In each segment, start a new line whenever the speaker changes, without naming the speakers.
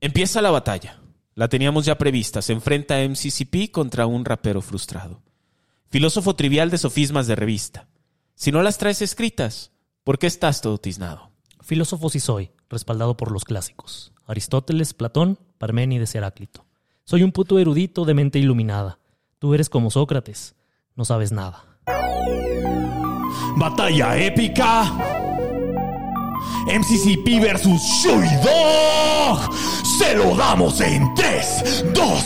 Empieza la batalla. La teníamos ya prevista. Se enfrenta a MCCP contra un rapero frustrado. Filósofo trivial de sofismas de revista. Si no las traes escritas, ¿por qué estás todo tiznado?
Filósofo sí soy, respaldado por los clásicos. Aristóteles, Platón, Parménides, Heráclito. Soy un puto erudito de mente iluminada. Tú eres como Sócrates, no sabes nada.
Batalla épica. MCCP versus Shui Dog. Se lo damos en 3, 2,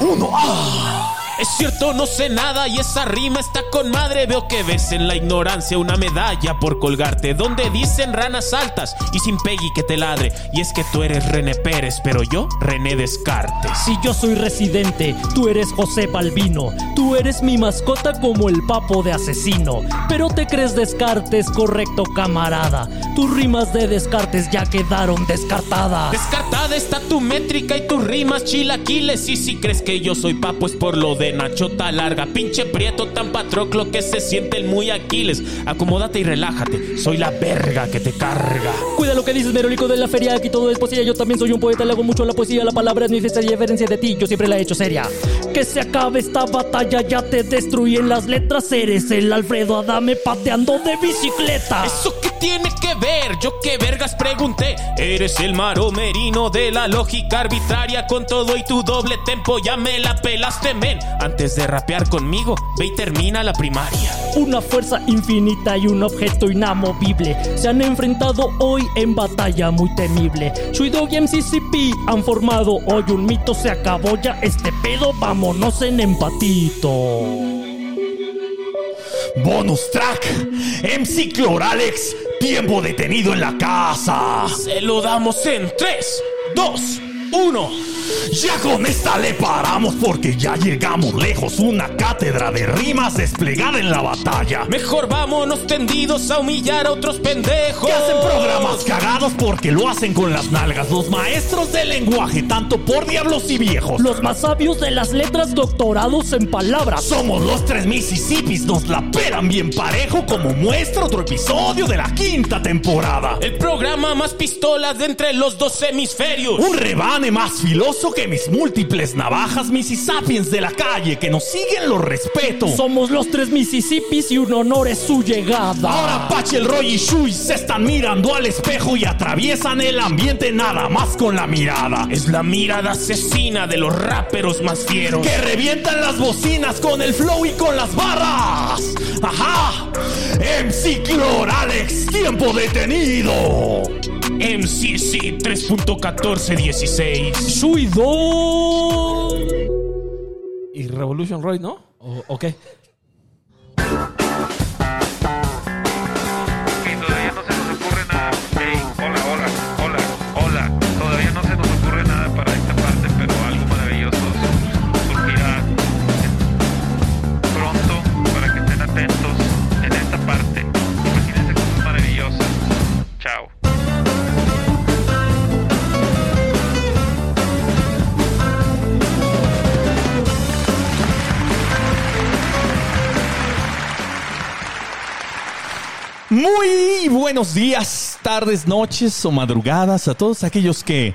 1. ¡Ah!
Es cierto, no sé nada y esa rima está con madre. Veo que ves en la ignorancia una medalla por colgarte. Donde dicen ranas altas y sin Peggy que te ladre. Y es que tú eres René Pérez, pero yo René Descartes.
Si yo soy residente, tú eres José Balbino. Tú eres mi mascota como el papo de asesino. Pero te crees Descartes, correcto camarada. Tus rimas de Descartes ya quedaron descartadas.
Descartada está tu métrica y tus rimas chilaquiles. Y si crees que yo soy papo es por lo de Nachota larga. Pinche prieto tan patroclo que se siente el muy Aquiles. Acomódate y relájate. Soy la verga que te carga.
Cuida lo que dices, merolico de la feria. Aquí todo es poesía. Yo también soy un poeta. Le hago mucho a la poesía. La palabra es mi fiesta y diferencia de ti. Yo siempre la he hecho seria. Que se acabe esta batalla. Ya te destruyen las letras. Eres el Alfredo Adame pateando de bicicleta.
¿Eso qué tiene que ver? Yo qué vergas pregunté. Eres el maromerino de la lógica arbitraria. Con todo y tu doble tempo ya me la pelaste, men. Antes de rapear conmigo, ve y termina la primaria.
Una fuerza infinita y un objeto inamovible se han enfrentado hoy en batalla muy temible. Shuidog y MCCP han formado hoy un mito. Se acabó ya este pedo, vámonos en empatito.
Bonus track. MC Cloralex. Tiempo detenido en la casa.
Se lo damos en 3, 2, 1.
Ya con esta le paramos porque ya llegamos lejos. Una cátedra de rimas desplegada en la batalla.
Mejor vámonos tendidos a humillar a otros pendejos.
Que hacen programas cagados porque lo hacen con las nalgas. Los maestros del lenguaje, tanto por diablos y viejos.
Los más sabios de las letras, doctorados en palabras.
Somos los tres Mississippis, nos la pelan bien parejo como muestra otro episodio de la quinta temporada.
El programa más pistolas de entre los dos hemisferios.
Un rebane más filoso que mis múltiples navajas, Missy Sapiens de la calle, que nos siguen los respeto.
Somos los tres Mississippis y un honor es su llegada.
Ahora Pache, el Roy y Shui se están mirando al espejo y atraviesan el ambiente nada más con la mirada.
Es la mirada asesina de los raperos más fieros.
Que revientan las bocinas con el flow y con las barras. ¡Ajá! MC Cloralex, tiempo detenido.
MCC 3.1416.
Shuido.
Y Revolution Roy, ¿no?
O- ok.
Y todavía no se nos ocurre nada. Ey, hola, hola, hola, hola. Todavía no se nos ocurre nada para esta parte, pero algo maravilloso sur- surgirá pronto para que estén atentos en esta parte. Imagínense cosas maravillosas. Chao.
Muy buenos días, tardes, noches o madrugadas a todos aquellos que,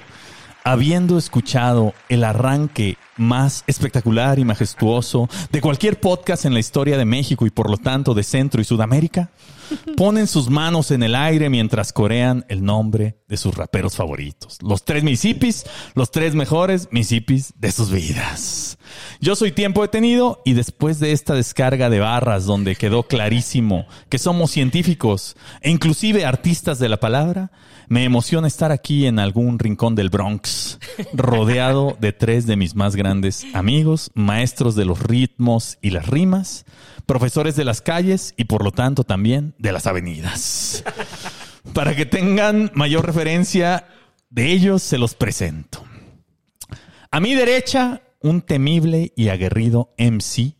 habiendo escuchado el arranque más espectacular y majestuoso de cualquier podcast en la historia de México y por lo tanto de Centro y Sudamérica, ponen sus manos en el aire mientras corean el nombre de sus raperos favoritos. Los tres Mississippis, los tres mejores Mississippis de sus vidas. Yo soy Tiempo Detenido y después de esta descarga de barras donde quedó clarísimo que somos científicos e inclusive artistas de la palabra, me emociona estar aquí en algún rincón del Bronx, rodeado de tres de mis más grandes amigos, maestros de los ritmos y las rimas, profesores de las calles y por lo tanto también de las avenidas. Para que tengan mayor referencia de ellos, se los presento. A mi derecha, un temible y aguerrido MC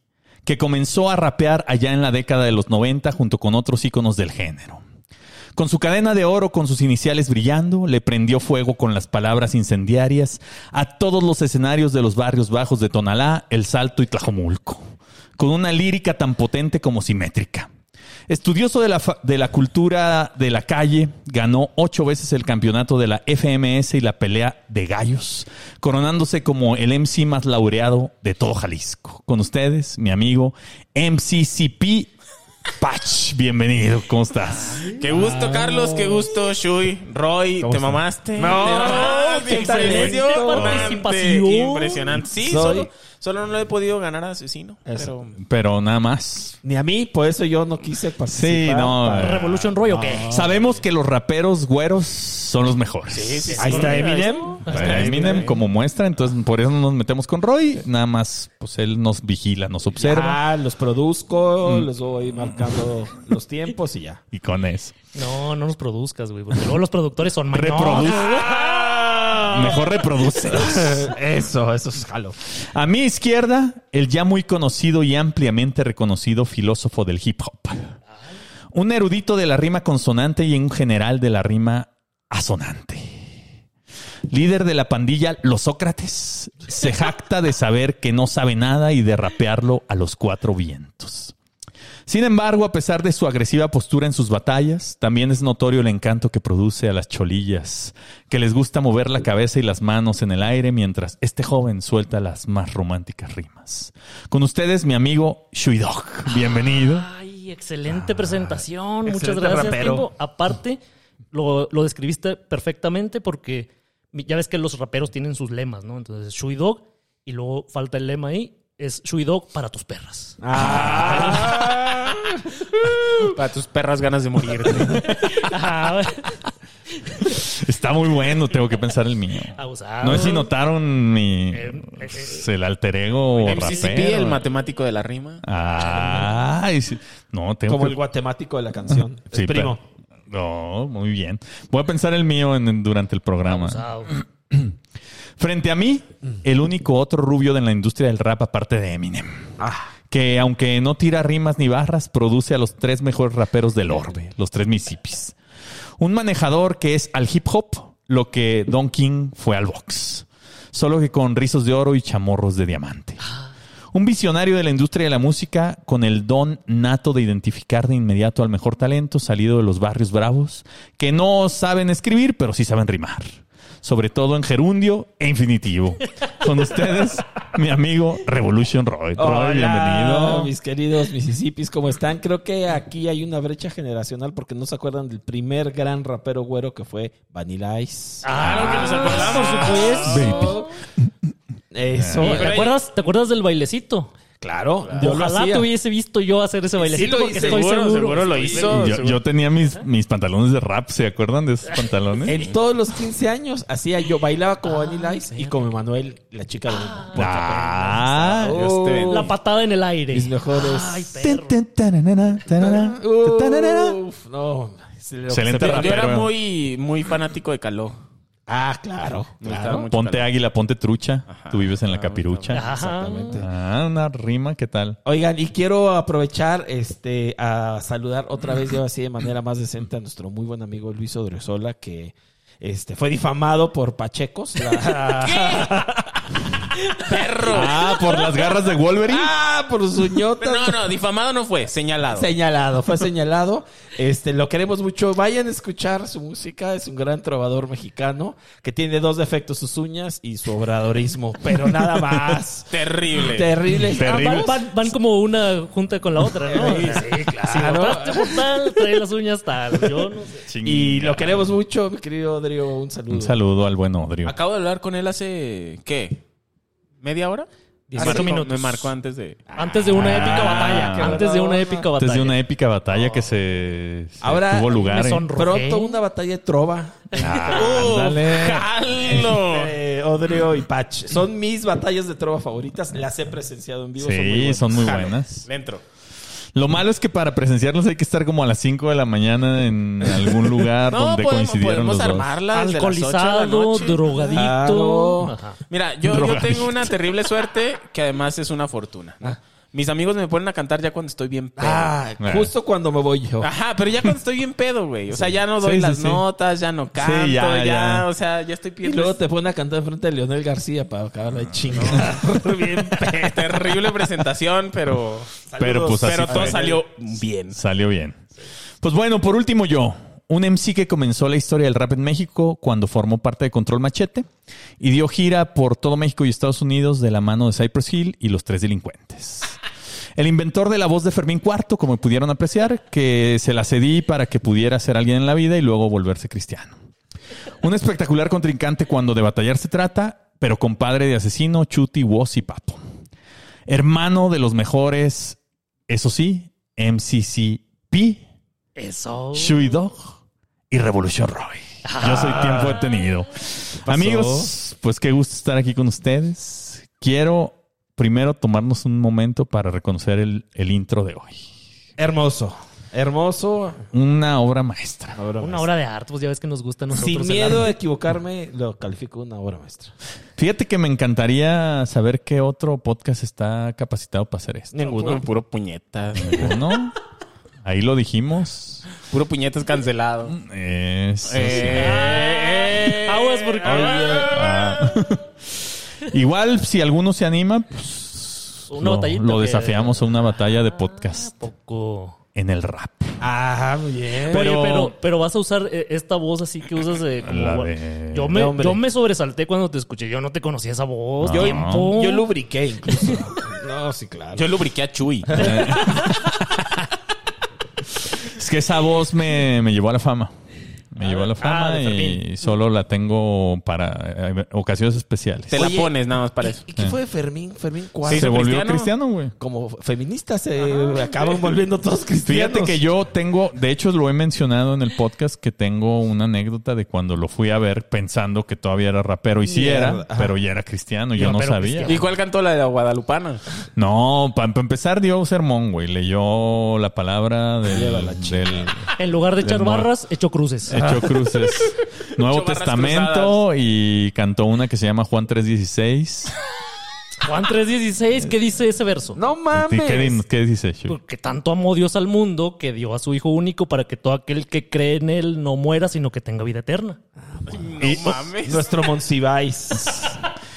que comenzó a rapear allá en la década de los 90 junto con otros íconos del género. Con su cadena de oro con sus iniciales brillando, le prendió fuego con las palabras incendiarias a todos los escenarios de los barrios bajos de Tonalá, El Salto y Tlajomulco, con una lírica tan potente como simétrica. Estudioso de la, fa- de la cultura de la calle, ganó ocho veces el campeonato de la FMS y la pelea de gallos, coronándose como el MC más laureado de todo Jalisco. Con ustedes, mi amigo MCCP Patch. Bienvenido, ¿cómo estás?
Qué gusto, Carlos. Qué gusto, Shui. Roy, te mamaste.
No,
Te mamaste,
qué
impresionante,
talento, participación.
Impresionante. Sí,
Soy-
solo, solo no lo he podido ganar a asesino.
Eso.
Pero
Pero nada más.
Ni a mí, por eso yo no quise participar.
Sí, no,
Para-
eh.
¿Revolution Roy o qué?
Sabemos que los raperos güeros son los mejores.
Sí, sí, sí.
Ahí está Eminem.
Para Eminem como muestra, entonces por eso no nos metemos con Roy, nada más pues él nos vigila, nos observa Mm.
Ah, los produzco, les voy marcando los tiempos y ya.
y con eso.
No, no nos produzcas, güey, porque luego los productores son mañosos.
Reproduce. Mejor reproduce.
Eso, eso es jalo.
A mi izquierda, el ya muy conocido y ampliamente reconocido filósofo del hip hop. Un erudito de la rima consonante y un general de la rima asonante. Líder de la pandilla Los Sócrates, se jacta de saber que no sabe nada y de rapearlo a los cuatro vientos. Sin embargo, a pesar de su agresiva postura en sus batallas, también es notorio el encanto que produce a las cholillas, que les gusta mover la cabeza y las manos en el aire mientras este joven suelta las más románticas rimas. Con ustedes, mi amigo Shuidog. Bienvenido.
Ay, excelente presentación. Muchas
excelente
gracias,
rapero.
Timbo. Aparte, lo, lo describiste perfectamente porque mi- ya ves que los raperos tienen sus lemas, ¿no? Entonces, Shui Dog, y luego falta el lema ahí, es Shui Dog para tus perras. Ah.
para tus perras ganas de morirte.
Ah,
Está muy bueno, tengo que pensar el mío.
Abusado.
No sé si notaron mi pues,
Eh, eh,
el alter ego
MCCP,
rapero.
el matemático de la rima.
Ay, Ah, sí. no, tengo
Como
que-
el guatemático de la canción.
Sí,
el primo.
pero- No, muy bien. Voy a pensar el mío en- en- durante el programa.
abusado.
Frente a mí,
Mm.
el único otro rubio de la industria del rap aparte de Eminem.
Ah.
Que aunque no tira rimas ni barras, produce a los tres mejores raperos del orbe, los tres Mississippis. Un manejador que es al hip hop lo que Don King fue al box. Solo que con rizos de oro y chamorros de diamante. Un visionario de la industria de la música con el don nato de identificar de inmediato al mejor talento salido de los barrios bravos, que no saben escribir, pero sí saben rimar. Sobre todo en gerundio e infinitivo. Con ustedes, mi amigo Revolution Roy. Roy, bienvenido.
Mis queridos Mississippis, ¿cómo están? Creo que aquí hay una brecha generacional porque no se acuerdan del primer gran rapero güero que fue Vanilla Ice.
Claro que nos acordamos,
supuesto. Eso.
¿Te acuerdas, ¿Te acuerdas del bailecito?
Claro. yo lo
Ojalá
hacía.
te hubiese visto yo hacer ese bailecito
lo-
porque estoy
seguro,
seguro.
seguro lo
Estoy
hizo.
seguro.
Yo, yo tenía mis, mis pantalones de rap, ¿se acuerdan de esos pantalones?
En todos los 15 años hacía yo, bailaba como Vanilla Ice y como Emanuel, la chica de
Ah,
Dios te bendiga.
La patada en el aire.
Mis mejores.
Ay, perro.
Ten, ten, tararara, tarara, tarara.
Uf, no. Se le-
Excelente
se-
Yo, yo era
Rapero.
muy, muy fanático de Caló.
Ah, claro.
Me gustaba mucho
Ponte
Caló.
águila, ponte trucha. Tú vives en la capirucha.
Ajá.
Ah, una rima, ¿qué tal?
Oigan, y quiero aprovechar este a saludar otra vez, yo así de manera más decente, a nuestro muy buen amigo Luis Odriozola, que este fue difamado por Pachecos. La-
Ah, por las garras de Wolverine.
ah, por su ñota.
Pero no, no, difamado no fue, señalado.
Señalado, fue señalado. Este, lo queremos mucho. Vayan a escuchar su música. Es un gran trovador mexicano que tiene dos defectos: sus uñas y su obradorismo. Pero nada más.
Terrible.
Terrible.
Terrible.
Ambos-
Van, van como una junta con la otra, ¿no?
Sí,
Si papás te gustan, trae las uñas tal. Yo no sé.
Y lo queremos mucho, mi querido Odrio. Un saludo.
Un saludo al buen Odrio.
Acabo de hablar con él hace, ¿qué? ¿Media hora?
18
Marcó-
minutos.
Me marcó antes de...
Antes de una épica
Ah, qué
batalla. Antes de una épica batalla.
Antes de una épica batalla que se, se
Ahora
tuvo lugar.
me
en-
sonro-
Pronto una batalla de trova.
¡Oh,
Ándale.
jalo!
Eh, Odrio y Patch. Son mis batallas de trova favoritas. Las he presenciado en vivo.
Sí, son muy
Jalo.
buenas.
Le entro.
Lo malo es que para presenciarlos hay que estar como a las 5 de la mañana en algún lugar
No,
donde
podemos,
coincidieron
podemos
los dos.
armarla desde las ocho de la
Alcoholizado,
noche.
drogadicto.
Claro.
Ajá.
Mira, yo, yo
Drogadicto. Ah.
tengo una terrible suerte que además es una fortuna. Mis amigos me ponen a cantar ya cuando estoy bien pedo.
Ah,
Eh.
justo cuando me voy yo.
Ajá, pero ya cuando estoy bien pedo, güey. O sea, ya no doy
Sí, sí,
las
sí.
notas, ya no canto,
Sí, ya,
ya,
ya.
O sea, ya estoy
Y
pidiendo...
luego te ponen a cantar frente a Leonel García para acabar de chingar.
bien pedo. Terrible presentación, pero...
Pero pues así
pero todo
fue.
salió bien.
Salió bien. Pues bueno, por último yo. Un MC que comenzó la historia del rap en México cuando formó parte de Control Machete y dio gira por todo México y Estados Unidos de la mano de Cypress Hill y los tres delincuentes. El inventor de la voz de Fermín IV, como pudieron apreciar, que se la cedí para que pudiera ser alguien en la vida y luego volverse cristiano. Un espectacular contrincante cuando de batallar se trata, pero compadre de asesino, chuti, woz y papo. Hermano de los mejores, eso sí, MCCP,
Eso.
Shui Dog y Revolution Roy. Yo soy tiempo detenido. Amigos, pues qué gusto estar aquí con ustedes. Quiero primero tomarnos un momento para reconocer el, el intro de hoy.
Hermoso. Hermoso.
Una obra maestra.
Una hora de arte, pues ya ves que nos gusta a nosotros.
Sin
el
miedo a
arte.
equivocarme, lo califico una obra maestra.
Fíjate que me encantaría saber qué otro podcast está capacitado para hacer esto.
Ninguno, puro puñetas.
¿No? Ahí lo dijimos.
Puro puñetas cancelado.
Mm. Eso sí.
Eh, eh,
Aguas porque.
Ah. Igual, si alguno se anima, pues,
Una
lo,
batallita,
lo
¿o qué?
desafiamos a una batalla de podcast
Poco.
en el rap.
Ah, muy bien.
Pero, Eh,
Pero-
pero, pero vas a usar eh, esta voz así que usas de. como-
La de-
Yo,
de
me,
hombre.
yo me sobresalté cuando te escuché. Yo no te conocía esa voz.
No.
Tiempo.
Yo lubriqué incluso. no, sí, claro.
Yo lubriqué a Chuy.
Es que esa voz me, me llevó a la fama. Me llevó a la fama
Ah, de
y solo la tengo para eh, ocasiones especiales.
Te la pones nada más para eso.
¿Y qué
Eh.
fue de Fermín? Fermín cuarto.
Sí,
Se
hizo
volvió
cristiano?
cristiano, güey.
Como feminista se acaban volviendo todos cristianos.
Fíjate que yo tengo, de hecho lo he mencionado en el podcast, que tengo una anécdota de cuando lo fui a ver pensando que todavía era rapero y sí
Mierda.
era, pero ya era cristiano, yo
Ya,
no
pero
sabía.
¿Y cuál cantó la de la Guadalupana?
No, para empezar dio un sermón, güey. Leyó la palabra del, del
En lugar de echar
Del mor-
barras, echó cruces.
Hecho Cruces. Nuevo
Echó barras
Testamento
cruzadas.
y cantó una que se llama Juan 3.16.
Juan 3.16, ¿qué dice ese verso?
No
Ah,
¿Y ¿Qué, di-
mames.
qué dice Shui?
Porque tanto amó Dios al mundo que dio a su Hijo único para que todo aquel que cree en él no muera, sino que tenga vida eterna.
No mames.
oh, Nuestro Monsiváis.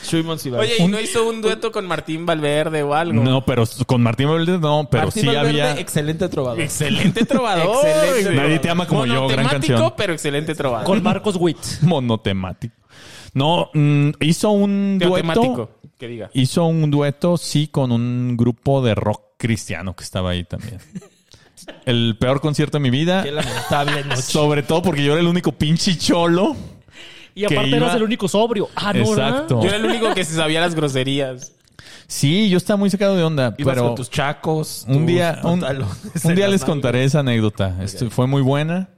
Shui Monsiváis.
Oye, ¿y no hizo un dueto con Martín Valverde o algo? eh,
No, pero s- con Martín Valverde no, pero
Martín
sí
Valverde,
había...
Excelente trovador.
Excelente trovador.
Excelente.
Nadie te ama como yo,
eh,
gran
Monotemático,
canción.
pero excelente trovador.
Con Marcos Witt.
Monotemático. No, mm, hizo un dueto...
Teotemático, que diga.
Hizo un dueto, sí, con un grupo de rock cristiano que estaba ahí también. El peor concierto de mi vida.
Qué lamentable noche.
Sobre todo porque yo era el único pinche cholo.
Y aparte
iba-
eras el único sobrio. Ah, no, ¿verdad?
Exacto.
Yo era el único que se sabía las groserías.
Sí, yo estaba muy sacado de onda,
Ibas
pero
con tus chacos.
un
tus
día, un,
pantalones
un
en
día
la
les
mano.
contaré esa anécdota. Esto fue muy buena,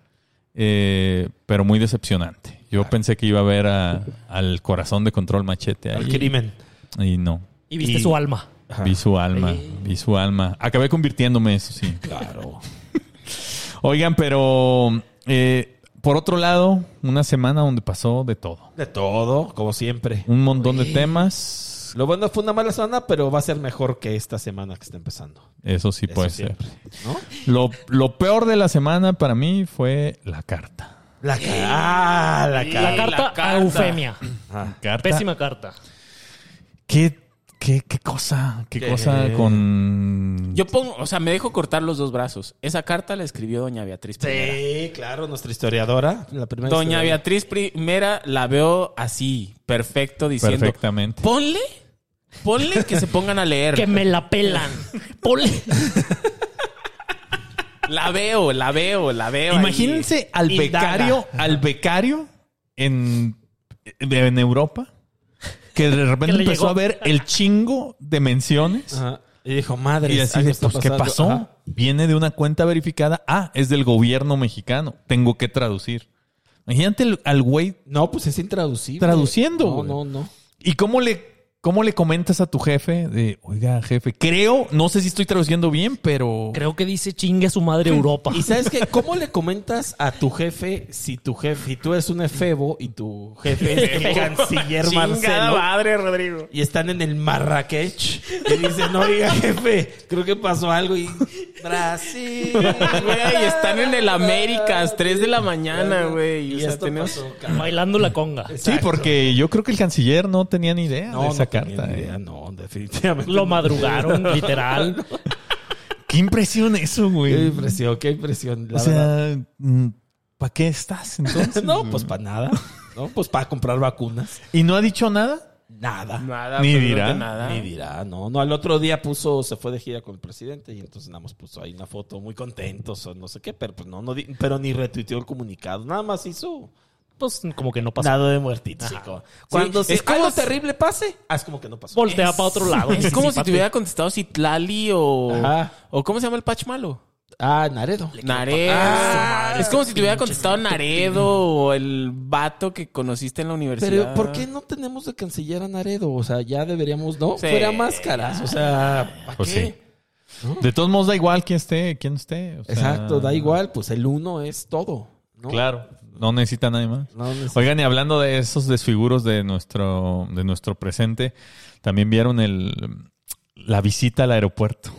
eh, pero muy decepcionante. Yo pensé que iba a ver a- al corazón de Control Machete
El
ahí.
crimen.
Y no.
Y viste
Y-
su alma.
Vi su alma, vi su alma. Acabé convirtiéndome, eso sí.
Claro.
Oigan, pero eh, por otro lado, una semana donde pasó de todo.
De todo, como siempre.
Un montón de temas.
Lo bueno fue una mala semana, pero va a ser mejor que esta semana que está empezando.
Eso sí
Eso
puede ser.
siempre, ¿no?
Lo, lo peor de la semana para mí fue la carta.
La cara. Ah, la
La
cara.
carta,
carta.
a Eufemia.
Ah.
Carta.
Pésima carta.
¿Qué, qué, qué cosa? ¿Qué,
¿Qué?
cosa con...?
Yo pongo, o sea, me dejo cortar los dos brazos. Esa carta la escribió Doña Beatriz Primera.
Sí, claro, nuestra historiadora. La primera
Doña
historiadora.
Beatriz Primera la veo así, perfecto, diciendo.
Perfectamente.
Ponle, ponle que se pongan a
Que
leer.
me la pelan. Ponle.
La veo, la veo, la veo. ahí.
Imagínense al
Indaga.
becario, al becario en, en Europa que de repente
Que le
empezó
llegó.
a ver el chingo de menciones
Ajá. Y dijo,
Ah,
madre.
y así de, pues, ¿qué pasó? Viene de una cuenta verificada. Ah, es del gobierno mexicano. Tengo que traducir. Imagínate el- al güey
No, pues es intraducible.
Traduciendo,
No,
güey.
no, no.
¿Y cómo le, cómo le comentas a tu jefe de, oiga, jefe, creo, no sé si estoy traduciendo bien, pero...
Creo que dice chingue a su madre Europa.
Y sabes qué, ¿cómo le comentas a tu jefe si tu jefe, si tú eres un efebo y tu jefe es el canciller
Chingada
Marcelo
madre, Rodrigo.
y están en el Marrakech y dicen, oiga jefe, creo que pasó algo y Brasil,
Güey, están en el Américas, 3 de la mañana, güey.
Y
O sea,
esto
tenemos-
pasó, cabrón.
Bailando la conga.
Sí, porque yo creo que el canciller no tenía ni idea de esa
tenía
carta. eh.
ni idea, no, definitivamente.
Lo madrugaron, literal.
Qué impresión eso,
Qué
güey.
impresión, qué impresión, la
O
verdad.
sea, ¿para qué estás entonces?
No, pues para nada. No, pues para comprar vacunas.
¿Y no ha dicho nada?
Nada.
Nada,
Ni
absolutamente
dirá,
nada.
Ni dirá, no, no. Al otro día puso, se fue de gira con el presidente y entonces nada más puso ahí una foto muy contentos o no sé qué, pero pues no, no di- pero ni retuiteó el comunicado. Nada más hizo
Pues como que no pasó.
nada de muertitos. sí, como- Cuando
Sí,
se-
es como
algo
si-
terrible pase, haz como que no pasó.
Voltea para otro lado.
Es como si
Anticípate.
te hubiera contestado Citlali o.
Ajá.
¿O cómo se llama el Pach Malo?
Ah, Naredo.
Naredo.
Ah,
es como si te hubiera contestado Naredo o el vato que conociste en la universidad.
Pero ¿por qué no tenemos de canciller a Naredo? O sea, ya deberíamos, ¿no?
Sí.
Fuera máscaras, o sea, ¿pa'
Pues
qué?
sí. De todos modos, da igual quién esté, quién esté. o sea,
Exacto, da igual, pues el uno es todo. ¿no?
Claro, no necesita nadie más.
No, no es-
Oigan, y hablando de esos desfiguros de nuestro, de nuestro presente, también vieron el, la visita al aeropuerto.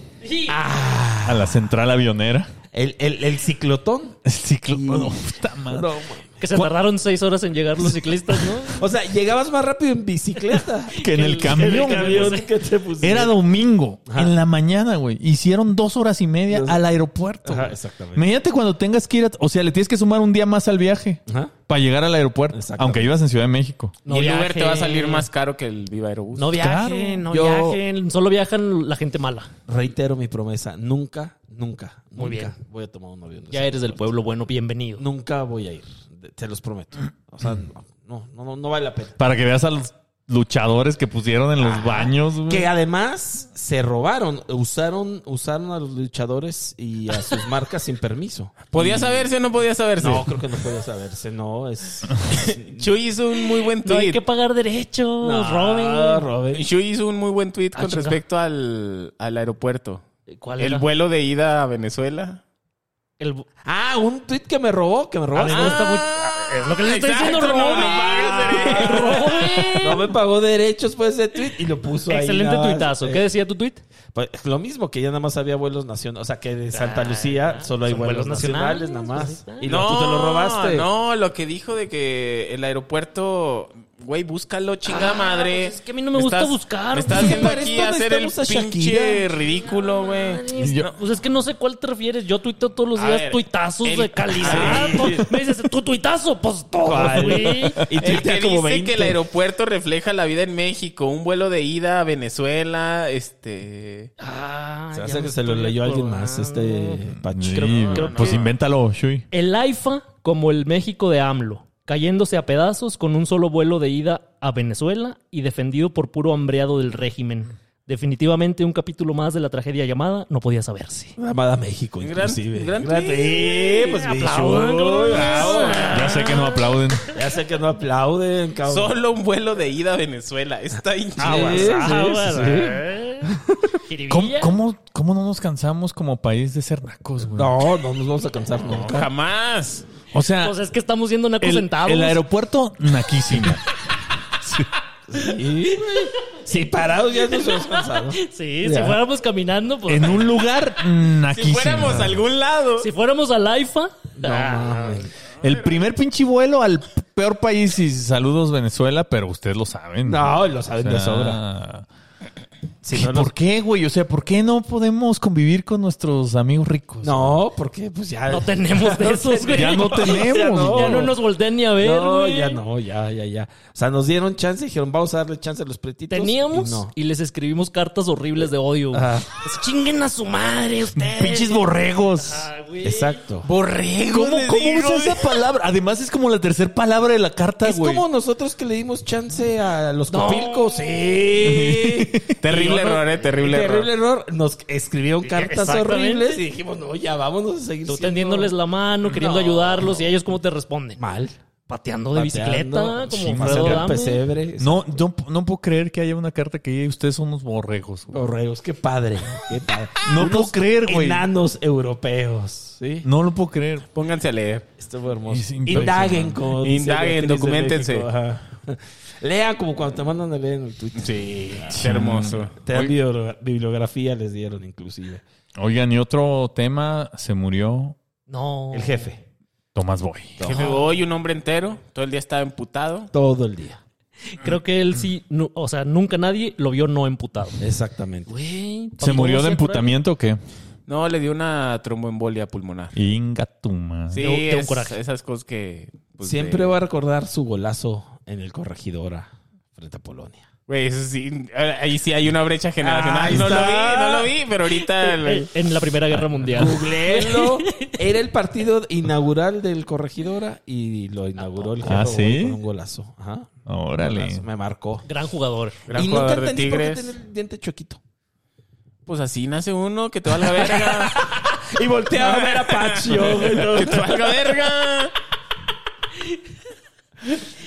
Ah, A la central avionera.
el, el, el ciclotón.
El ciclo. no, puta madre.
No,
Que se tardaron seis horas en llegar los ciclistas, ¿no?
o sea, llegabas más rápido en bicicleta.
que en el camión. güey.
que te pusieron.
Era domingo, en la mañana, güey. Hicieron dos horas y media
Dos-
al aeropuerto.
Ajá,
güey.
exactamente.
Imagínate cuando tengas que ir a- O sea, le tienes que sumar un día más al viaje
Ajá.
para llegar al aeropuerto.
Exactamente.
Aunque ibas en Ciudad de México.
Y el Uber te va a salir
viajen.
más caro que el Viva Aerobús.
No viajen, no
Claro. Yo-
viajen. Solo viajan la gente mala.
Reitero mi promesa. Nunca, nunca,
Muy
nunca
bien.
voy a tomar un avión. de
Ya
ese.
eres del pueblo bueno, bienvenido.
Nunca voy a ir. De- Se los prometo. O sea,
Mm.
no, no, no, no vale la pena.
Para que veas a los luchadores que pusieron en los baños, güey.
Que además se robaron, usaron, usaron a los luchadores y a sus marcas sin permiso.
¿Podía saberse o Mm. no podía saberse?
No, creo que no puede saberse, no, es...
Chuy hizo un muy buen
No hay
tweet.
que pagar derechos,
Ah,
Robin.
Robert.
Chuy hizo un muy buen tweet
Ah,
con
chinga.
respecto al, al aeropuerto.
¿Cuál
El
era?
vuelo de ida a Venezuela.
El bu-
Ah, un tweet que me robó, que me robó. Ah,
A mí me gusta mucho. Ah, Es lo que le estoy diciendo,
exacto,
Robin.
no, no pagues
Robin.
No me pagó derechos por ese tweet y lo puso ahí. Ah,
Excelente
nada más.
tuitazo. ¿Qué decía tu tuit?
Pues, lo mismo, que ya nada más había vuelos nacionales. O sea, que de Santa Lucía solo hay
Ah, son
vuelos,
vuelos nacionales,
nacionales, nada
pues,
más.
ahí está.
y lo- tú te lo robaste.
No, lo que dijo de que el aeropuerto, güey, búscalo, chinga
Ah,
madre.
pues es que a mí no me gusta buscar,
Me estás
pues.
haciendo
Para
aquí
esto
hacer el
necesitamos a
pinche
Shakira.
Ah,
ridículo, güey.
Yo-
Pues es que no sé cuál te refieres. Yo tuiteo todos los
A
días
ver,
tuitazos
el-
de calidad. Pues, Me dices, ¿tu tuitazo? Pues todos,
¿Cuál?
güey.
Y
El que
tuitea como
dice
20.
que el aeropuerto refleja la vida en México, un vuelo de ida a Venezuela, este...
Ah,
Se
ya
hace
me
que se lo
estoy
leyó alguien más,
acordando.
este Pachi.
Eh, Sí,
creo- creo
pues
que-
invéntalo, Shui.
El AIFA como el México de AMLO, cayéndose a pedazos con un solo vuelo de ida a Venezuela y defendido por puro hambreado del régimen. Definitivamente un capítulo más de la tragedia llamada no podía saberse.
Amada México, inclusive.
gran tweet.
Sí, pues
Aplaudan,
bicho,
cabrones.
bravo.
Ya sé que no aplauden.
Ya sé que no aplauden, cabrón.
Solo un vuelo de ida a Venezuela. Está hinchado.
Sí,
Ah,
sí,
bueno,
sí.
¿eh?
¿Cómo,
Jiribilla.
cómo, cómo no nos cansamos como país de ser nacos, güey?
No, no nos vamos a cansar nunca.
Jamás.
O sea,
Pues es que estamos siendo nacos
el,
centavos.
el aeropuerto naquísimo.
Sí, güey. Si parados ya nos hemos cansado.
Sí, si
Ya.
fuéramos caminando, pues.
en un lugar
Si
naquísimo.
fuéramos a algún lado.
Si fuéramos al AIFA. ah,
El primer pinche vuelo al peor país y saludos Venezuela, pero ustedes lo saben.
No, lo saben de
O sea,
sobra. Si
¿qué-
no,
¿Por
nos-
qué, güey? O sea, ¿por qué no podemos convivir con nuestros amigos ricos?
no, porque pues ya.
no tenemos de esos, güey.
Ya no tenemos.
Ya no.
Ya no nos voltean ni a ver,
No,
güey.
ya no, ya, ya, ya. O sea, nos dieron chance y dijeron, vamos a darle chance a los pretitos.
Teníamos
Y
y,
no.
les escribimos cartas horribles de odio. güey.
Ah.
Pues chinguen a su madre ustedes.
Pinches borregos.
Ah, güey.
Exacto.
Borrego. ¿Cómo,
le
cómo
digo,
usa esa palabra? Además, es como la tercera palabra de la carta,
Es
güey.
como nosotros que le dimos chance a los
No.
copilcos. Sí.
Terrible
Y otro-
error, eh, terrible error.
error. Nos escribieron cartas
exactamente.
horribles y dijimos, no, ya vámonos a seguir.
Tú
siendo-
tendiéndoles la mano, queriendo ayudarlos, y ellos cómo te responden.
Mal.
Pateando de bicicleta, como
Chingando
Alfredo
el
Adame.
pesebre.
No, no, no puedo creer que haya una carta que diga ustedes son unos borregos. güey".
Correos, qué padre. Qué padre.
No puedo creer, güey.
Enanos europeos. Sí.
No lo puedo creer.
Pónganse a leer.
Estuvo hermoso.
Es impresionante.
Indaguen con.
Indaguen, documentense.
Lean como cuando te mandan a leer en el Twitter.
Sí, es hermoso.
Mm. Te dan bibliogra- bibliografía, les dieron inclusive.
Oigan, y otro tema, se murió
No.
El jefe.
Tomás Boy.
Que me voy un hombre entero. Todo el día estaba emputado.
Todo el día.
Creo que él sí, nu- o sea, nunca nadie lo vio no emputado.
Exactamente.
Güey,
¿Se
pasó
murió de
siempre-
emputamiento o qué?
No, le dio una tromboembolia pulmonar.
Inga tu madre.
Sí,
Tengo- tengo
es-
coraje.
esas cosas que... pues,
Siempre
de-
va a recordar su golazo en el Corregidora frente a Polonia.
Güey, eso sí, ahí sí hay una brecha generacional.
Ahí
no lo vi,
está.
no lo vi, pero ahorita...
Eh, En la Primera Guerra Mundial.
Googleélo. Era el partido inaugural del Corregidora y lo inauguró el
Ah,
Gerro Gol
¿sí?
con un golazo. Ajá.
Órale.
Golazo, Me marcó.
Gran jugador.
Gran
y nunca
jugador de
entendí por qué
Tigres.
tiene el diente chuequito.
Pues así nace uno, que te valga verga.
Y volteaba a ver a Pacho. güey, no.
que te valga verga.